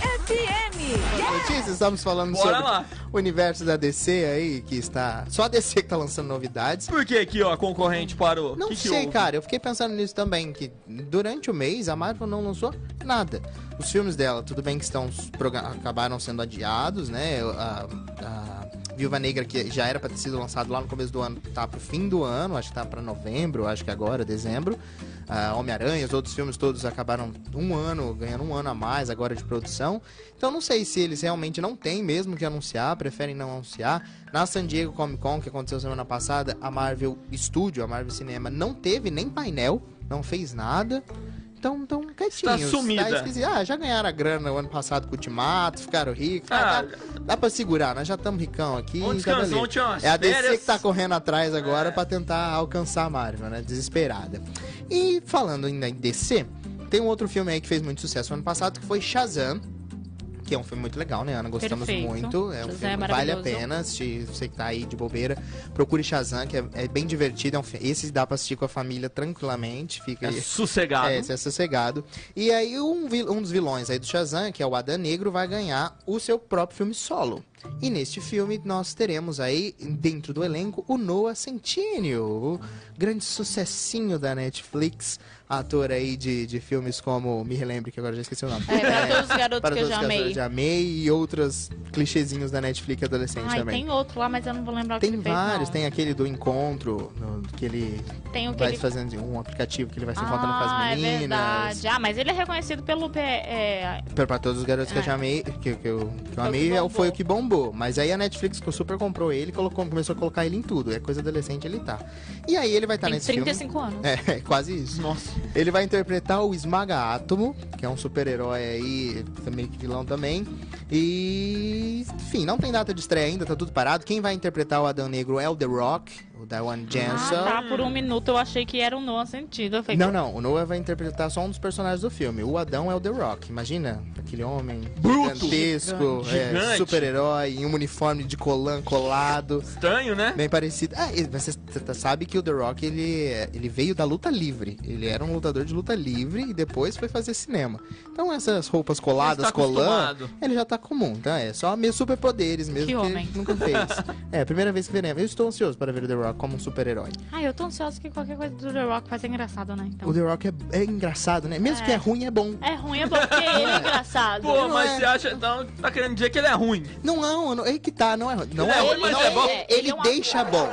RBFM. Notícias, estamos falando Bora sobre lá. o universo da DC aí, que está. Só a DC que tá lançando novidades. Por que aqui, ó, a concorrente parou? Não Que que sei, houve? cara. Eu fiquei pensando nisso também, que durante o mês a Marvel não lançou nada. Os filmes dela, tudo bem que estão proga- acabaram sendo adiados, né? A, a Viúva Negra, que já era pra ter sido lançado lá no começo do ano, tá pro fim do ano, acho que tá pra novembro, acho que agora, dezembro. A Ah, Homem-Aranha, os outros filmes todos acabaram um ano, ganhando um ano a mais agora de produção. Então não sei se eles realmente não têm mesmo que anunciar, preferem não anunciar. Na San Diego Comic Con, que aconteceu semana passada, a Marvel Studio, a Marvel Cinema, não teve nem painel, não fez nada. Então, então quietinho. Tá sumida. ah, já ganharam a grana o ano passado com o Ultimato, ficaram ricos. Ah, Ah, dá, dá pra segurar, nós já estamos ricão aqui. Vamos tá descansar, um beleza. vamos tirar umas é a DC férias. que tá correndo atrás É. agora pra tentar alcançar a Marvel, né? Desesperada. E falando ainda em DC, tem um outro filme aí que fez muito sucesso ano passado, que foi Shazam. Que é um filme muito legal, né, Ana? Gostamos Perfeito. muito. É um Shazam é filme que vale a maravilhoso. pena. Se você que tá aí de bobeira, procure Shazam, que é, é bem divertido. É um fi- esse dá pra assistir com a família tranquilamente. Fica É aí- sossegado. é, esse é sossegado. E aí, um, vil- um dos vilões aí do Shazam, que é o Adam Negro, vai ganhar o seu próprio filme solo. E neste filme, nós teremos aí, dentro do elenco, o Noah Centineo, o grande sucessinho da Netflix, ator aí de, de filmes como... Me relembre que agora já esqueci o nome. É, para todos os garotos Para que eu Todos já os Garotos amei. Já Amei e outros clichêzinhos da Netflix adolescente Ai, também. tem outro lá, mas eu não vou lembrar o que Tem ele fez, vários, não. tem aquele do encontro, no- que ele Tem o que vai ele... fazendo um aplicativo que ele vai se encontrando com Ah, as é meninas. Tá verdade. Ah, mas ele é reconhecido pelo... P- É... Pra, pra todos os garotos que eu já amei, que, que eu, que eu amei, é o- foi o que bombou. Mas aí a Netflix que super comprou ele e colocou, começou a colocar ele em tudo. É coisa adolescente, ele tá. E aí ele vai estar Tem nesse filme. 35 anos. É, é quase isso. Nossa. Ele vai interpretar o Esmaga Átomo, que é um super-herói aí, também que vilão também. E, enfim, não tem data de estreia ainda, tá tudo parado. Quem vai interpretar o Adão Negro é o The Rock, o Dawan Jensen. Ah, tá. Por um minuto eu achei que era um Noah sentido. Eu falei, Não, não, o Noah vai interpretar só um dos personagens do filme. O Adão é o The Rock. Imagina aquele homem Bruto. gigantesco, Gigante. é, Gigante. super-herói, em um uniforme de colã colado. Estranho, né? Bem parecido. Ah, e você t- sabe que o The Rock ele, é- ele veio da luta livre. Ele era um lutador de luta livre e depois foi fazer cinema. Então essas roupas coladas, Ele tá colã, acostumado. ele já tá comum, tá? É só meus superpoderes mesmo Que que, homem. ele nunca fez. é, a primeira vez que veremos. Eu estou ansioso para ver o The Rock como um super-herói. Ah, eu tô ansiosa que qualquer coisa do The Rock vai ser engraçado, né? Então. O The Rock é, é engraçado, né? Mesmo que é ruim, é bom. É ruim, é bom, porque ele é engraçado. Pô, Não mas é. você acha. Então, tá querendo dizer que ele é ruim. Não, não, não é que tá, não é ruim. Não Ele é é, ruim, ruim, mas não é é, bom. Ele, Ele é um deixa bom.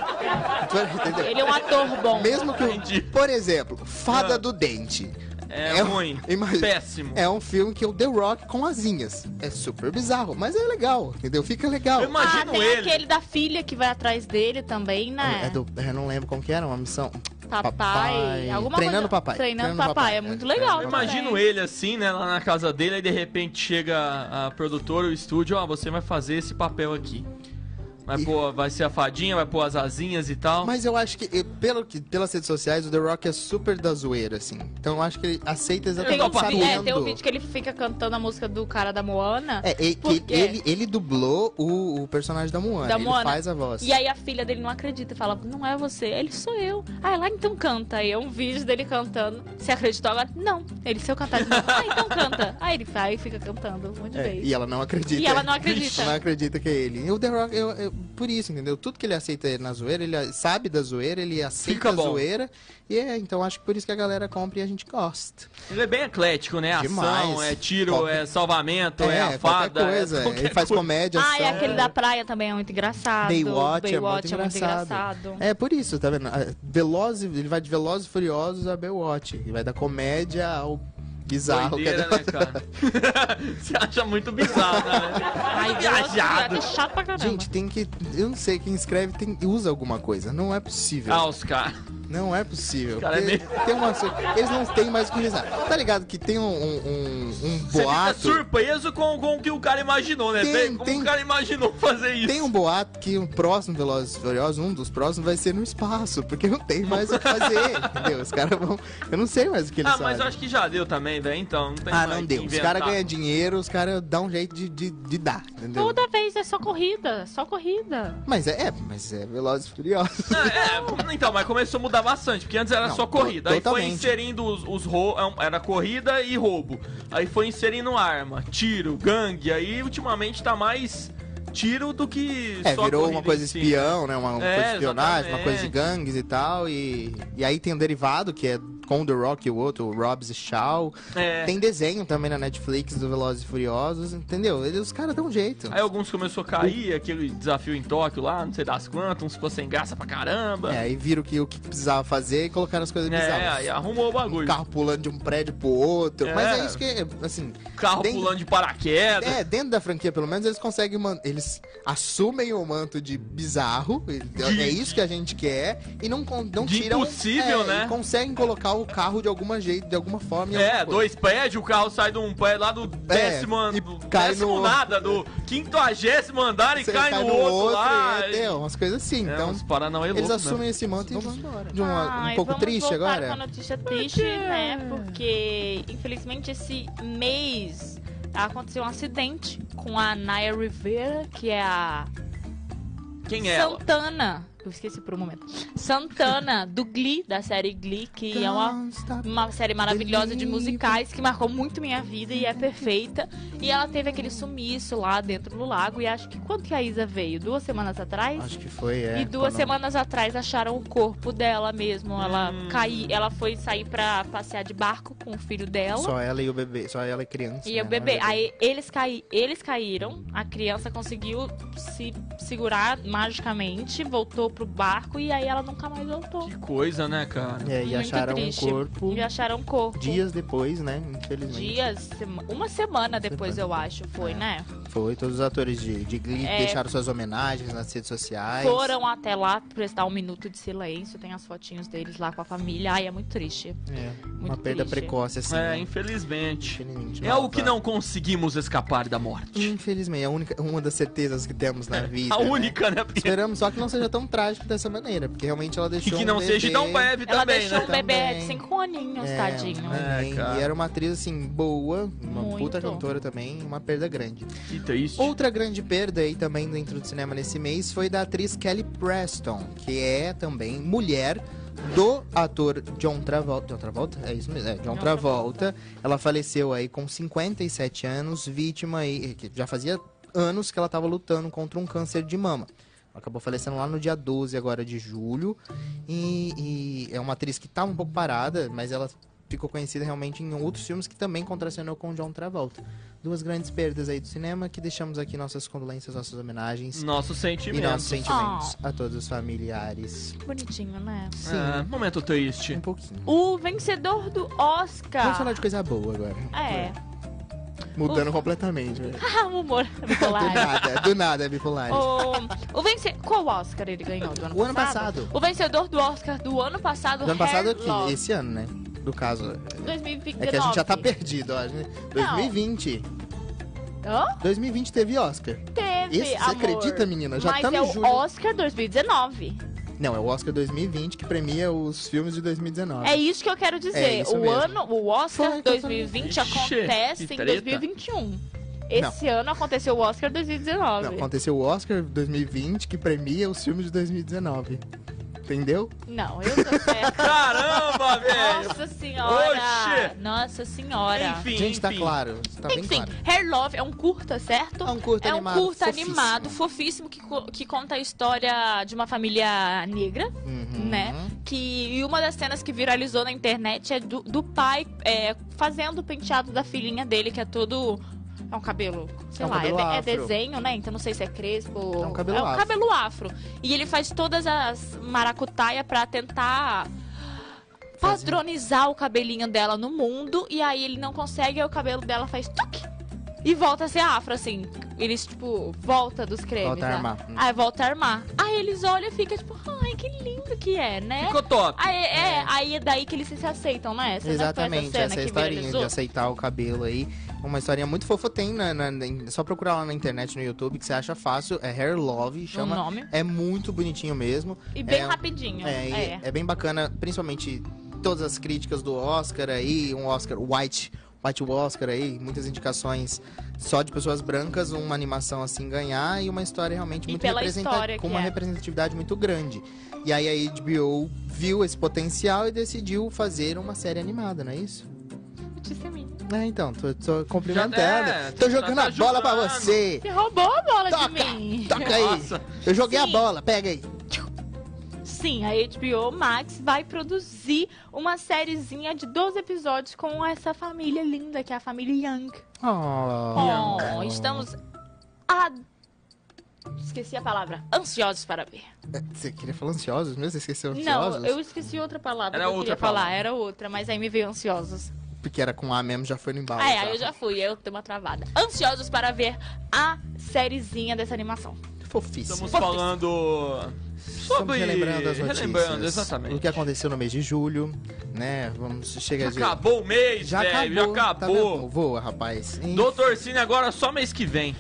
Tu entendeu? Ele é um ator bom. Mesmo que, Entendi. o, por exemplo, Fada Ah. do Dente. É, um- ruim. imagina- Péssimo. É um filme que é o The Rock com asinhas. É super bizarro, mas é legal, entendeu? Fica legal. Eu imagino ah, tem ele. aquele da filha que vai atrás dele também, né? É do- eu não lembro como que era, uma missão. Papai. Alguma Treinando coisa... papai. Treinando, papai. É muito legal. Eu também. imagino ele assim, né, lá na casa dele, aí de repente chega a produtora, o estúdio, ó, você vai fazer esse papel aqui. Vai, E- pôr, vai ser a fadinha, vai pôr as asinhas e tal. Mas eu acho que, eh, pelo que, pelas redes sociais, o The Rock é super da zoeira, assim. Então eu acho que ele aceita Tem exatamente um, Ele tá vi- é, tem um sabendo. vídeo que ele fica cantando a música do cara da Moana. É, e- Por que quê? ele, ele dublou o, o personagem da Moana. Da ele Moana. faz a voz. E aí a filha dele não acredita e fala, não é você, ele sou eu. Ah, lá então canta. Aí é um vídeo dele cantando. Você acreditou agora? Não. Ele, se eu cantar de novo, ah, então canta. Aí ele vai e fica cantando um monte de É, vez. e ela não acredita. E ela não acredita. Não acredita que é ele. E o The Rock, eu, eu- por isso, entendeu? Tudo que ele aceita é na zoeira, ele sabe da zoeira, ele aceita Fica a bom. zoeira. E é, então acho que por isso que a galera compra e a gente gosta. Ele é bem eclético, né? Ação, Demais. é tiro, Qualquer- é salvamento, é, a é, qualquer fada. coisa. é qualquer ele faz coisa. comédia, Ah, e ação. aquele da praia também é muito engraçado. Baywatch, é Baywatch muito engraçado. engraçado. É por isso, tá vendo? Ah, Veloz, e- ele vai de Velozes e Furiosos a Baywatch. Ele vai da comédia ao bizarro. é Doideira, né, cara? Você acha muito bizarro, né? Ai, Viajado. viajado. É chato pra caramba. Gente, tem que. Eu não sei, quem escreve tem, usa alguma coisa. Não é possível. Ah, os caras. Não é possível. Cara, é Porque meio- tem uma so- Eles não têm mais o que rezar. Tá ligado que tem um, um, um- um Você fica boato. surpreso com, com o que o cara imaginou, né? Tem, Tem, como tem. o cara imaginou fazer isso. Tem um boato que o próximo Velozes e Furiosos, um dos próximos, vai ser no espaço, porque não tem mais o que fazer, entendeu? Os caras vão... Eu não sei mais o que eles Ah, mas eu fazem. acho que já deu também, velho. Então, não tem Ah, mais não o que deu. Os inventar. caras ganham dinheiro, os caras dão um jeito de, de, de dar, entendeu? Toda vez é só corrida, só corrida. Mas é, é, mas é Velozes e Furiosos. É, é, então, mas começou a mudar bastante, porque antes era Não, só corrida. to- Aí foi totalmente. inserindo os, os rou- é um- Era corrida e roubo. Aí foi inserindo arma, tiro, gangue. Aí ultimamente tá mais tiro do que. É, só virou corrida uma coisa em si. espião, né? Uma, uma É, coisa de espionagem, uma coisa de exatamente. gangues e tal. E, e aí tem o derivado, que é com o The Rock e o outro, o Hobbs e Shaw. É. Tem desenho também na Netflix do Velozes e Furiosos, entendeu? Eles, os caras dão um jeito. Aí alguns começou a cair, aquele desafio em Tóquio lá, não sei das quantas, uns ficou sem graça pra caramba. É, aí viram que, o que precisava fazer e colocaram as coisas É, bizarras. aí arrumou o Um bagulho. carro pulando de um prédio pro outro. É. Mas é isso que, assim... Carro dentro- pulando de paraquedas. É, dentro da franquia, pelo menos, eles conseguem. man- Eles assumem o manto de bizarro. é isso que a gente quer. E não, con- não de tiram. impossível, é, né? e conseguem colocar o carro de alguma jeito, de alguma forma. em É, alguma coisa. dois prédios, o carro sai de um prédio lá do décimo, É, e do cai décimo no- nada, do quintoagésimo andar e Você cai, no, outro, lá. é, tem umas coisas assim. É, então, uns Paranauê eles louco, né? assumem esse manto e vão embora. De uma- Ai, um pouco vamos triste voltar agora. Com a notícia triste, né? Porque, infelizmente, esse mês aconteceu um acidente com a Naya Rivera, que é a Quem é ela? Santana. Eu esqueci por um momento. Santana do Glee, da série Glee, que é uma Don't stop. uma série maravilhosa de musicais que marcou muito minha vida e é perfeita. E ela teve aquele sumiço lá dentro do lago. E acho que quando que a Isa veio? Duas semanas atrás? Acho que foi, é. e duas quando- semanas atrás acharam o corpo dela mesmo. Ela Hum. caiu, ela foi sair pra passear de barco com o filho dela. Só ela e o bebê. Só ela e criança. E né? o bebê, Não é aí eles, caí, eles caíram, a criança conseguiu se segurar magicamente, voltou pro barco e aí ela nunca mais voltou. Tipo, Que coisa, né, cara? É, e Muito acharam triste. um corpo E acharam o corpo. dias depois, né? Infelizmente. dias, sema- uma semana depois, eu acho, foi, É. né? Foi, todos os atores de, de Glee É. deixaram suas homenagens nas redes sociais. Foram até lá prestar um minuto de silêncio, tem as fotinhos deles lá com a família. Ai, é muito triste. É, uma Muito perda triste. precoce, assim. É, né? infelizmente. Infelizmente, É o que vai. não conseguimos escapar da morte. Infelizmente, é a única, uma das certezas que temos na vida. É, A né? única, né? Porque- Esperamos só que não seja tão trágico dessa maneira, porque realmente ela E deixou. que um não seja bebê- tão breve Ela também, deixou né? o bebê de Também. 5 aninhos, É, tadinho. um É, neném. cara. e era uma atriz, assim, boa, uma Muito. puta cantora também, uma perda grande. Que triste. Outra grande perda aí também dentro do cinema nesse mês foi da atriz Kelly Preston, que é também mulher do ator John Travolta. John Travolta? É isso mesmo, é, John John Travolta. Ela faleceu aí com 57 anos, vítima aí, que já fazia anos que ela estava lutando contra um câncer de mama. Ela acabou falecendo lá no dia 12 agora de julho. E, e é uma atriz que estava um pouco parada, mas ela ficou conhecida realmente em outros filmes que também contracenou com John Travolta. Duas grandes perdas aí do cinema que deixamos aqui nossas condolências, nossas homenagens Hum, Nosso e sentimento. nossos sentimentos a todos os familiares. Bonitinho, né? Sim, Ah, momento triste. um pouquinho. O vencedor do Vamos falar Oscar. de coisa boa agora. É, Mudando completamente. velho. ah, o humor Do bipolar. nada, do nada, bipolar. Oh, O, o vence... Qual Oscar ele ganhou do ano O ano passado? passado. O vencedor do Oscar do ano passado, Do ano passado Hair Love, aqui, esse ano, né? Do caso. é- 2019. É que a gente já tá perdido, ó. né? 2020. Hã? 20 2020 teve Oscar. Teve, Esse, você amor. acredita, menina? Já Mas tá no é o julho. Oscar 2019. Não, é o Oscar 2020 que premia os filmes de 2019. É isso que eu quero dizer. Ah. É isso o mesmo. ano, o Oscar Foi que eu falei. 2020 Ixi, acontece que em treta. 2021. Esse ano aconteceu o Oscar 2019. Não, aconteceu o Oscar 2020 que premia os filmes de 2019. Entendeu? Não, eu tô certa. Caramba, velho! Nossa senhora! Oxe! Nossa senhora! Enfim, Gente, tá enfim. claro. Tá bem Enfim, claro. Hair Love é um curta, certo? É um curta animado, curta fofíssimo. animado, fofíssimo, que, co- que conta a história de uma família negra, Uhum. né? Que, e uma das cenas que viralizou na internet é do, do pai é, fazendo o penteado da filhinha dele, que é todo. É um cabelo, sei É um lá, cabelo é, de- é afro. desenho, né? Então não sei se é crespo. É um cabelo afro. cabelo afro. E ele faz todas as maracutaia pra tentar padronizar o cabelinho dela no mundo e aí ele não consegue, aí o cabelo dela faz tuque e volta a ser afro, assim. Eles, tipo, volta dos cremes. Volta a né? armar. Aí volta a armar. Aí eles olham e ficam, tipo, ai, que lindo que é, né? Ficou top. Aí é, aí é daí que eles se aceitam, né? Essa, Exatamente, né? Foi essa, cena essa que historinha de viralizou. aceitar o cabelo aí. Uma historinha muito fofa tem, na, na- na- só procurar lá na internet, no YouTube, que você acha fácil. É Hair Love, chama. O nome. É muito bonitinho mesmo. E bem é, rapidinho. É, e É. é bem bacana, principalmente todas as críticas do Oscar aí, um Oscar White, White Oscar aí, muitas indicações só de pessoas brancas, uma animação assim ganhar e uma história realmente E muito pela representativa, história com que uma é. representatividade muito grande. E aí a HBO viu esse potencial e decidiu fazer uma série animada, não é isso? Notícia minha. É, então, tô, tô cumprimentando. Já- é, tô tá- jogando tá a bola pra ajudando. você. Você roubou a bola Toca! de mim. Toca aí. Nossa. Eu joguei a Sim. bola, pega aí. Sim, a HBO Max vai produzir uma sériezinha de 12 episódios com essa família linda, que é a família Young. Oh, Oh, estamos. A... Esqueci a palavra. Ansiosos para ver. Você queria falar ansiosos mesmo? Você esqueceu ansiosos? Não, eu esqueci outra palavra Era que eu outra queria falar. palavra. Era outra, mas aí me veio ansiosos. Porque era com A mesmo, já foi no embalo. tá? Ah, é, aí eu já fui, eu dei uma travada. Ansiosos para ver a sériezinha dessa animação. Fofíssimo. Estamos falando sobre. relembrando as notícias. Relembrando, O exatamente. que aconteceu no mês de julho, né? Vamos, chega de... Acabou o mês, Já acabou. velho. Já tá vendo? acabou. Voa, rapaz. Enfim, Doutor Cine agora só mês que vem.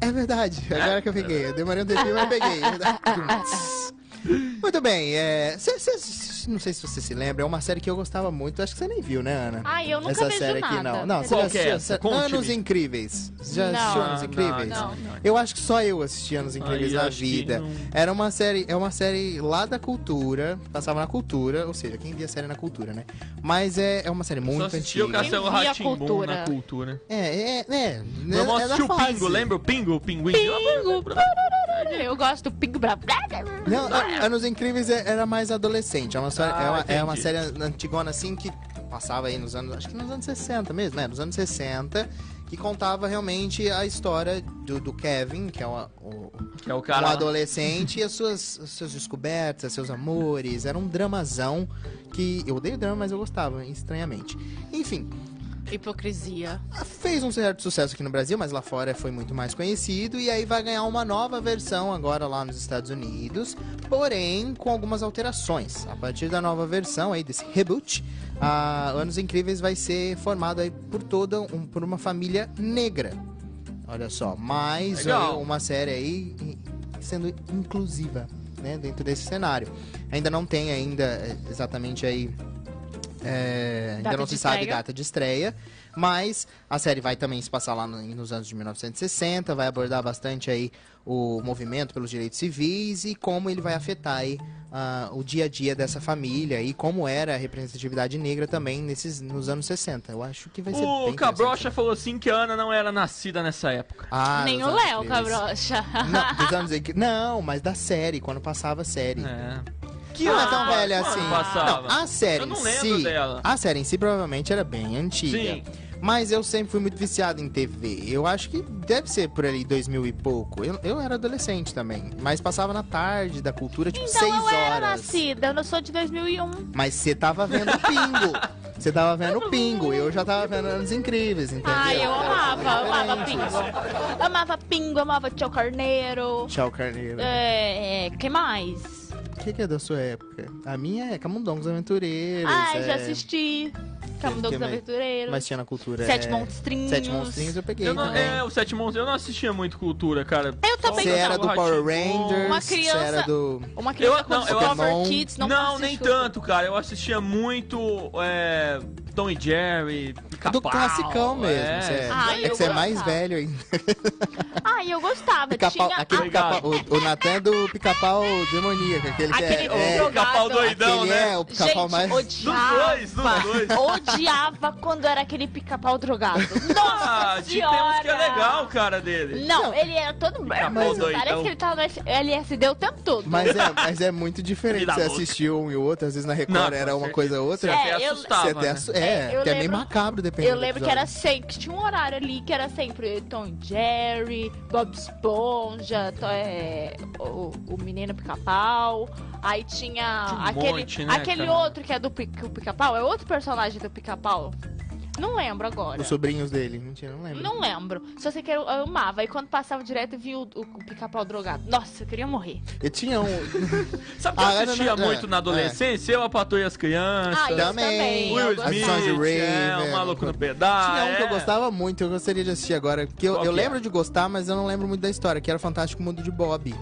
É verdade, agora que eu peguei. Eu demorei um tempinho, mas peguei. Muito bem, é, cê- cê- cê- não sei se você se lembra, é uma série que eu gostava muito, acho que você nem viu, né, Ana? Ai, eu nunca Essa vejo série aqui nada. não. Não, você Qual já que é assistiu essa? essa- Conte-me. Anos Incríveis. Já Não. assistiu Ah, Anos não, Incríveis? não, não. Eu acho que só eu assisti Anos Incríveis Aí na acho que vida. não. Era uma série, é uma série lá da cultura, passava na cultura, ou seja, quem via série na cultura, né? Mas é, é uma série só muito assistiu o antiga. Castelo Quem via Ratimbum cultura? na cultura. É, é, é. Meu irmão é da assistiu o fase. Pingo, lembra o Pingo? O pinguim? Pingo, Eu gosto do Pingo Bra. Não, a- Anos Incríveis é- era mais adolescente. É uma, série- Ah, é, uma, é uma entendi. série antigona assim que passava aí nos anos. Acho que nos anos 60 mesmo, né? Nos anos 60. Que contava realmente a história do, do Kevin, que é uma- o, Que é o um cara. lá. adolescente e as suas, as suas descobertas, seus amores. Era um dramazão que eu odeio drama, mas eu gostava, estranhamente. Enfim, Hipocrisia. fez um certo sucesso aqui no Brasil, mas lá fora foi muito mais conhecido. E aí vai ganhar uma nova versão agora lá nos Estados Unidos, porém com algumas alterações. A partir da nova versão aí, desse reboot, a Anos Incríveis vai ser formado aí por toda um- por uma família negra. Olha só, mais Legal. um- uma série aí em- sendo inclusiva, né, dentro desse cenário. Ainda não tem ainda eh, exatamente aí é, ainda Data não se de sabe estreia. data de estreia, mas a série vai também se passar lá no- nos anos de 1960, vai abordar bastante aí o movimento pelos direitos civis e como ele vai afetar aí ah, o dia a dia dessa família e como era a representatividade negra também nesses nos anos 60. Eu acho que vai ser O bem Cabrocha interessante. falou assim que a Ana não era nascida nessa época. Ah, Nem dos o anos Léo, incríveis. cabrocha. Não, dos anos incri- Não, mas da série, quando passava a série. É. Que não é tão Ah, velha quando assim. passava? Não, a série Eu não em lembro si, dela. A série em si provavelmente era bem antiga. Sim. Mas eu sempre fui muito viciado em TV. Eu acho que deve ser por ali 2000 e pouco. Eu, eu era adolescente também, mas passava na tarde da cultura, tipo Então 6 eu era horas. nascida, eu não sou de 2001. Mas você tava vendo o Pingo. Você tava vendo o Pingo, eu já tava vendo Anos Incríveis, entendeu? Ai, eu Era amava, coisa eu amava diferente. pingo. Amava pingo, amava tio carneiro. Tchau, Carneiro. É, é, que mais? O que, que é da sua época? A minha é Camundongos Aventureiros. Ai, é... já assisti. Camundongos mais? Aventureiros. Mas tinha na cultura. Sete é... Monstrinhos. Sete Monstrinhos eu peguei Eu não, também. é, o Sete Monstros, eu não assistia muito cultura, cara. Eu também Você não. era do Rá-Tim-Bum. Power Rangers, Uma você criança- era do... Uma criança Eu- não, com eu- Discover Pokémon. Kids não Não, passa nem chuva. tanto, cara. Eu assistia muito é, Tom e Jerry, Pica-Pau. Do classicão mesmo. é. Você é, Ah, é eu que você é mais gostava. velho ainda. Ah, e eu gostava. Pica-pau, Tinha aquele pica-pau, Obrigado. o, o Natan é do pica-pau demoníaco, aquele que Aquele é, é, O Pica-Pau Drogado. doidão, aquele né? é o pica-pau mais... Dos odiava. dois, dos dois. Odiava quando era aquele pica-pau drogado. Nossa Ah, de temos senhora! que é legal, cara dele. Não, ele era todo... Pica-pau doidão. Parece que ele tava no LSD o tempo todo. Mas é, mas é muito diferente Vida você louca. assistiu um e o outro, às vezes na Record Não, com era uma certeza. coisa ou Você outra. É, até eu- assustava. você até né? assu- É, É, eu que é meio lembro- macabro, dependendo Eu do lembro que era episódio. sempre, que tinha um horário ali que era sempre Tom e Jerry, Bob Esponja, to- é, o, o Menino Pica-Pau. Aí tinha Tinha um aquele, monte, né, aquele cara? outro que é do Pica- o Pica-Pau, é outro personagem do Pica-Pau. Não lembro agora. Os sobrinhos dele, mentira, não lembro. Não lembro. Só sei que eu eu amava. E quando passava direto, eu via o, o pica-pau drogado. Nossa, eu queria morrer. E tinha um... Sabe que eu Ah, era assistia na- muito é, na adolescência? Eu, a Patrulha e as Crianças. Ah, eu também. eu Will As Smith, gostava. Sons de Rei, é, o né? Maluco no Pedaço. Tinha um que eu é. gostava muito, eu gostaria de assistir agora. Que eu, Qual eu que lembro é? de gostar, mas eu não lembro muito da história, que era o Fantástico Mundo de Bob.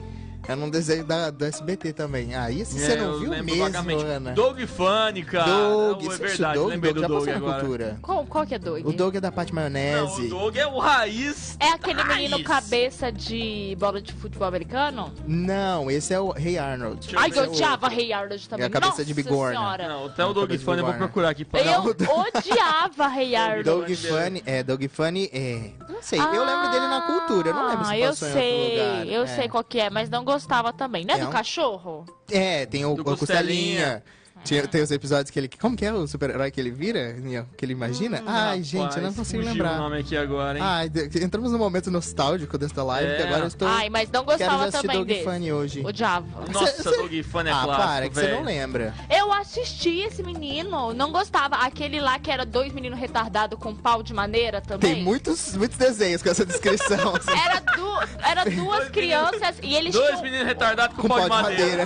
Era um desenho da, do SBT também. Aí se você É, não eu viu lembro mesmo, vagamente. Ana. Doug Funny, cara. Doug, é você assistiu verdade, Doug? lembrei Doug já do Doug passou na agora. cultura. Qual, qual que é doido? O Doug é da Pate Não, Maionese. o Doug é o raiz. É aquele menino raiz. cabeça de bola de futebol americano? Não, esse é o Rei Arnold. Deixa eu Ai, ver. eu odiava Rei Arnold também. É a cabeça Nossa de bigorna. Senhora. Não, até o Não, Doug cabeça de Funny eu vou bigorna. procurar aqui pra Eu Não, o Doug- odiava Rei Arnold. Doug Doug Funny, é, Doug Funny, é, não sei, Ah, eu lembro dele na cultura, eu não lembro se eu passou em outro sei, lugar. eu é. sei qual que é, mas não gostava também. Não é, É do um- cachorro? É, tem o, Do É. o Costelinha. Tinha- tem os episódios que ele, como que é o super-herói que ele vira, Niel? que ele imagina? Ai, gente, eu não Hum, Rapaz, consigo fugiu o lembrar. Ah, nome aqui agora, hein? Ai, de- entramos num momento nostálgico desta live, É. que agora eu estou, Ai, mas não quero já gostava assistir também Doug dele. Funny hoje. Odiava. Nossa, Cê- cê- Doug Funny é ah, clássico, para, que velho. você não lembra. Eu assisti esse menino, não gostava. Aquele lá que era dois meninos retardados com pau de maneira também. Tem muitos, muitos desenhos com essa descrição. assim. Era, du... era duas crianças e eles Dois tinham... meninos retardados com, pau de madeira.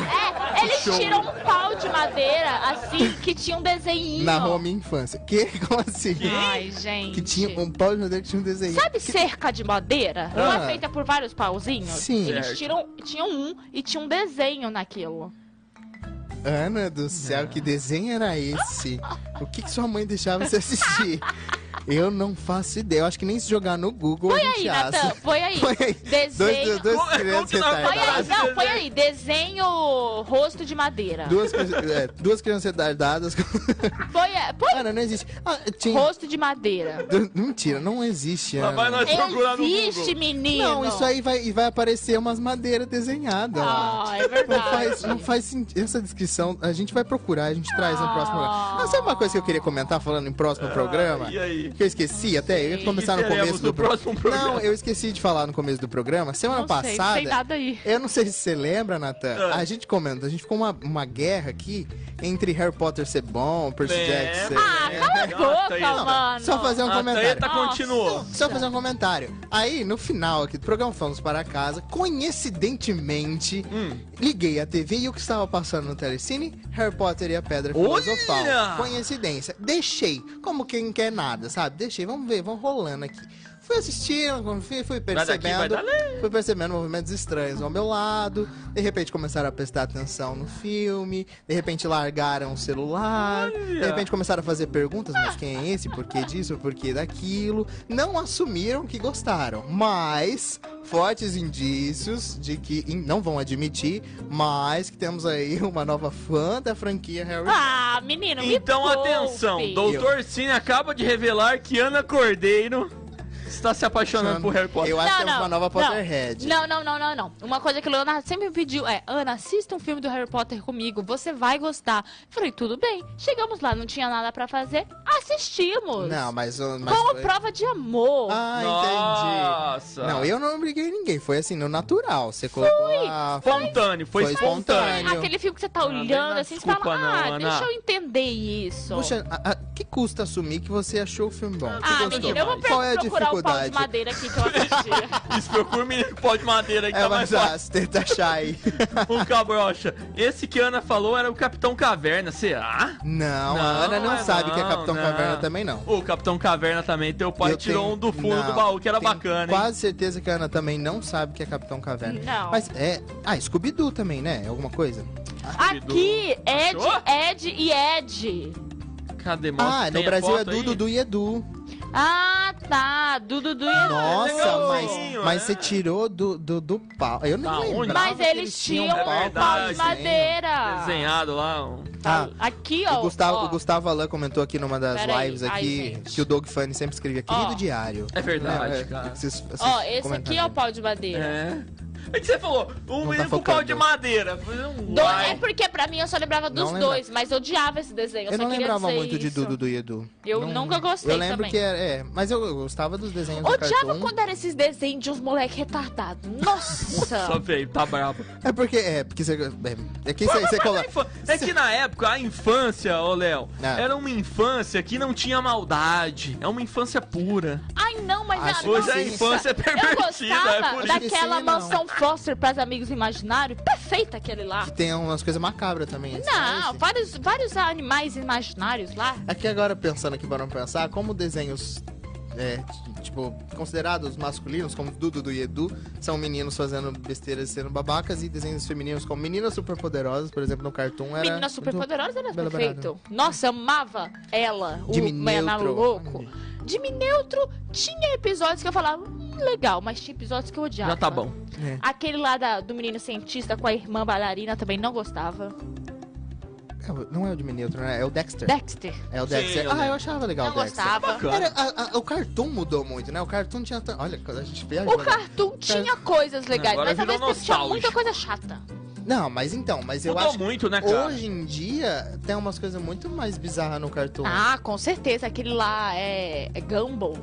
É, eles Show. tiram um pau de madeira, assim, que tinha um desenho. Na rua minha infância. Que? Como assim? Ai, gente. Que tinha um pau de madeira que tinha um desenho. Sabe cerca de madeira? Não Ah. é feita por vários pauzinhos? Sim. Eles Certo. tiram, tinham um e tinha um desenho naquilo. Ana Ah, do céu, que desenho era esse? O que, que sua mãe deixava você assistir? Eu não faço ideia. Eu acho que nem se jogar no Google a Põe gente aí, acha. Natan, põe aí. Põe aí. Desenho. Dois, dois, Como- como crianças que tá nós vamos Põe aí, retardadas. Desenho. não, põe aí. Desenho rosto de madeira. Duas, cri- é, duas crianças retardadas. Põe, põe Ana, não existe. Ah, tinha- é, rosto de madeira. Du- Mentira, não existe. Lá Ana. vai nós procurar no Existe, Google. menino. Não, isso aí vai, e vai aparecer umas madeiras desenhadas. lá. Ah, é Não verdade. faz, não faz sentido. Essa descrição a gente vai procurar, a gente traz no próximo programa. Ah, sabe uma coisa que eu queria comentar falando em próximo programa? Ah, e aí? Que eu esqueci até, eu ia começar E no começo teremos do no pro- próximo programa. Não, eu esqueci de falar no começo do programa. Semana Não sei, não passada. sei nada aí. Eu não sei se você lembra, Natan. Ah. A gente comenta, a gente ficou uma, uma guerra aqui entre Harry Potter ser bom, Percy Jackson. É, ser- Ah, cala a boca, Não, mano. Só fazer um A comentário. treta continuou. Só fazer um comentário. Aí, no final aqui do programa, fomos para casa. Coincidentemente, Hum. liguei a TV e o que estava passando no telecine? Harry Potter e a Pedra Olha! Filosofal. Coincidência. Deixei, como quem quer nada, sabe? Deixei, vamos ver, vamos rolando aqui. Fui assistindo, quando fui, fui Vai daqui, vai percebendo. dali. Fui percebendo movimentos estranhos ao meu lado. De repente começaram a prestar atenção no filme. De repente largaram o celular. De repente começaram a fazer perguntas, mas quem é esse? Por que disso? Por que daquilo? Não assumiram que gostaram, mas fortes indícios de que e não vão admitir, mas que temos aí uma nova fã da franquia Harry Potter. Ah, menino, me Então, poupe. atenção. Doutor Cine acaba de revelar que Ana Cordeiro está se apaixonando por Harry Potter. Eu acho que temos uma nova não. Potterhead. Não, não, não, não, não. Uma coisa que o Leonardo sempre me pediu é: Ana, assista um filme do Harry Potter comigo, você vai gostar. Eu falei, tudo bem. Chegamos lá, não tinha nada pra fazer, assistimos. Não, mas... mas Como foi- prova de amor. Ah, entendi. Nossa. Não, eu não obriguei ninguém. Foi assim, no natural. Você colocou a... Espontâneo, foi, Foi espontâneo. espontâneo. Aquele filme que você tá bem, olhando não, assim, você desculpa, fala, ah, não, Ana." deixa eu entender isso. Puxa, a, a- que custa assumir que você achou o filme bom? que ah, gostou? menino, eu vou Qual é a procurar o pau de dificuldade? madeira aqui que eu assisti. Isso, procura o menino que pode madeira aí que É, tá mais mas fácil. ah, você tenta achar aí. Um cabrocha. Esse que a Ana falou era o Capitão Caverna, será? Não, a Ana não é sabe que é não, Capitão não. Caverna também não. O Capitão Caverna também, teu pai Eu tirou tenho- um do fundo não, do baú, que era tenho bacana, hein? Quase certeza que a Ana também não sabe que é Capitão Caverna. Não. Mas é. Ah, Scooby-Doo É também, né? Alguma coisa? Aqui, Ed, Achou? Ed e Ed. Cadê? Mostra, Ah, no tem a Brasil é foto Du, aí? Dudu e Edu. Ah, tá. Dudu du, Nossa, legal. mas, Ah, é Legalzinho, mas é. você tirou do, do, do pau. Eu Da não onde? lembro. Mas eles tinham um um pau pau, verdade, de madeira. Desenhado lá. um- Tá. Ah, Ah. Aqui, ó. O Gustavo, ó. o Gustavo Alain comentou aqui numa das Pera aí, lives aí, aqui gente. que o Dog Funny sempre escrevia querido Ó. diário. É verdade, Não, é, cara. esses- esses Ó, esse aqui é o comentários. pau de madeira. É. É que você falou, um tá menino com pau focando. de madeira. Um Do- uai. é porque pra mim eu só lembrava dos Não lembra- dois, mas eu odiava esse desenho. Eu, Eu só não queria lembrava dizer muito de isso. Dudu e Edu. Eu Não- nunca gostei Eu lembro também. que era, é, mas eu eu gostava dos desenhos do Odiava Cartoon. quando era esses desenhos de uns moleque retardado. Só Nossa! veio, tá brabo. É porque é, porque você é, é que você, você Mas a coloca infa- É que na época, a infância, ô Léo, É. era uma infância que não tinha maldade. É uma infância pura. Ai não, mas Ah, a- sim. Hoje nossa, a infância é Eu pervertida, é gostava por isso. da- daquela Esqueci, não. mansão Foster pras amigos imaginários. Perfeito aquele lá. tem umas coisas macabras também. esse Não, esse. vários, vários animais imaginários lá. Aqui agora, pensando aqui para não pensar, como desenhos, é, t- tipo, considerados masculinos, como Dudu Dudu e Edu, são meninos fazendo besteiras e sendo babacas, e desenhos femininos como meninas superpoderosas, por exemplo, no Cartoon era... Menina super muito- poderosa era Bela perfeito. Nossa, eu amava ela, Jimmy o Menalo Neutron. Louco. Jimmy Neutro tinha episódios que eu falava, hum, legal, mas tinha episódios que eu odiava. Já tá bom. É. Aquele lá da- do menino cientista com a irmã bailarina também não gostava. É o- Não é o Jimmy Neutron, né? É o Dexter. Dexter. É o Sim, Dexter. eu ah, lembro. eu achava legal Não o Dexter. gostava. Bacana. Era- a- a- o Cartoon mudou muito, né? O Cartoon tinha... tan- Olha, a gente viajou. O né? Cartoon tinha coisas legais, Agora mas ao virou mesmo tempo tinha nostálgico. muita coisa chata. Não, mas então, mas eu Mudou acho... muito, né, que cara? Hoje em dia, tem umas coisas muito mais bizarras no Cartoon. Ah, com certeza. Aquele lá é, é Gumball.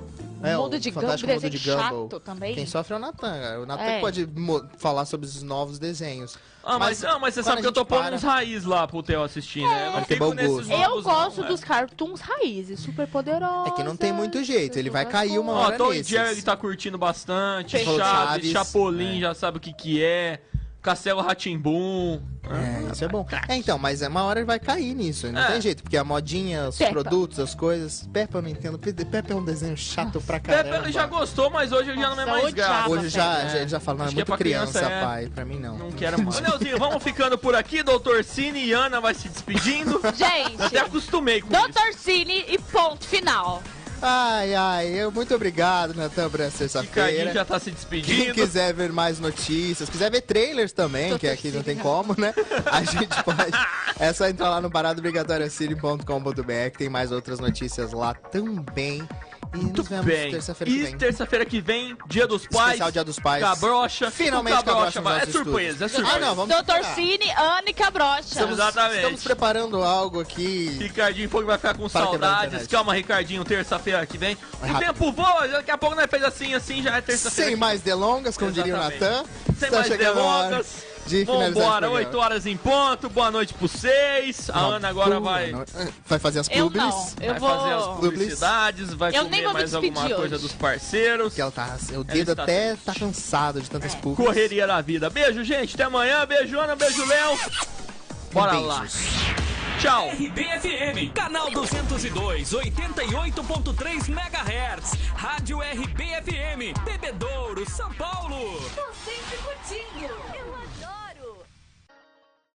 É, mundo o de Gumball, Fantástico Mundo desenho de Gumball. chato também. Quem sofre é o Natan. cara. O Natan É. pode mo- falar sobre os novos desenhos. Ah, mas, ah, mas você quando sabe a que eu tô gente pondo para- uns raiz lá pro Theo assistir, né? Eu não Pra ter fico bom nesses gosto. novos, Eu gosto não, né? dos cartoons raízes, super poderosos. É que não tem muito jeito, ele vai cair uma É. hora Ó, Tom e nesses. Jerry tá curtindo bastante, Fechado. Chaves, Chapolin É. já sabe o que que é, Castelo Ratimbum. É, isso é bom. É, então, mas é uma hora ele vai cair nisso. Não É. tem jeito, porque a modinha, os Peppa. produtos, as coisas. Peppa eu não entendo. Pe- Peppa é um desenho chato pra caramba. Pepe já gostou, mas hoje ele já não é Nossa, mais eu graça. odiava Hoje já, Peppa. já, ele já fala, não, é Acho que é muito pra criança, criança, é. pai. Pra mim, não. Não quero mais. Ô, Leozinho, vamos ficando por aqui. Doutor Cine e Ana vai se despedindo. Eu até Gente, acostumei com isso. Dr. Cine e ponto final. Ai, ai, eu muito obrigado, Natan, por essa Ricardinho sexta-feira. já tá se Quem despedindo. quiser ver mais notícias, quiser ver trailers também, Tô que aqui não tem torcida. como, né? A gente pode. É só entrar lá no paradobrigatoriacine.com.br, que tem mais outras notícias lá também. E Muito nos vemos bem. terça-feira que E vem. terça-feira que vem, Dia dos Pais. Especial Dia dos Pais. Cabrocha. Finalmente O Cabrocha. Cabrocha nos vai- é nossos surpresa, é estúdios. surpresa. Ah, não, vamos Dr. esperar. Cine, Ana e Cabrocha. Estamos- tá? Exatamente. Estamos preparando algo aqui. Ricardinho foi que vai ficar com Para quebrar a saudades. é internet. Calma, Ricardinho, terça-feira que vem. o rápido. tempo voa, daqui a pouco nós fez assim, assim, já é terça-feira. Sem que mais delongas, como diria o Exatamente. Natan. Sem Está mais chegando a hora delongas. De finalizar Vambora, o programa. 8 horas em ponto. Boa noite pro vocês. A Uma Ana agora boa vai, noite. Vai fazer as Eu publis. não. Eu vai fazer as vou. Publis. publicidades, vai Eu nem comer vou me mais alguma despedir coisa hoje. dos parceiros. Que ela tá. O Ela dedo está até triste. tá cansado de É. tantas publis. Correria da vida. Beijo, gente. Até amanhã. Beijo, Ana. Beijo, Léo. Bora lá. Beijos. Tchau. RBFM, canal 202, 88.3 MHz. Rádio RBFM, Bebedouro, São Paulo. Tô sempre contigo. Eu adoro.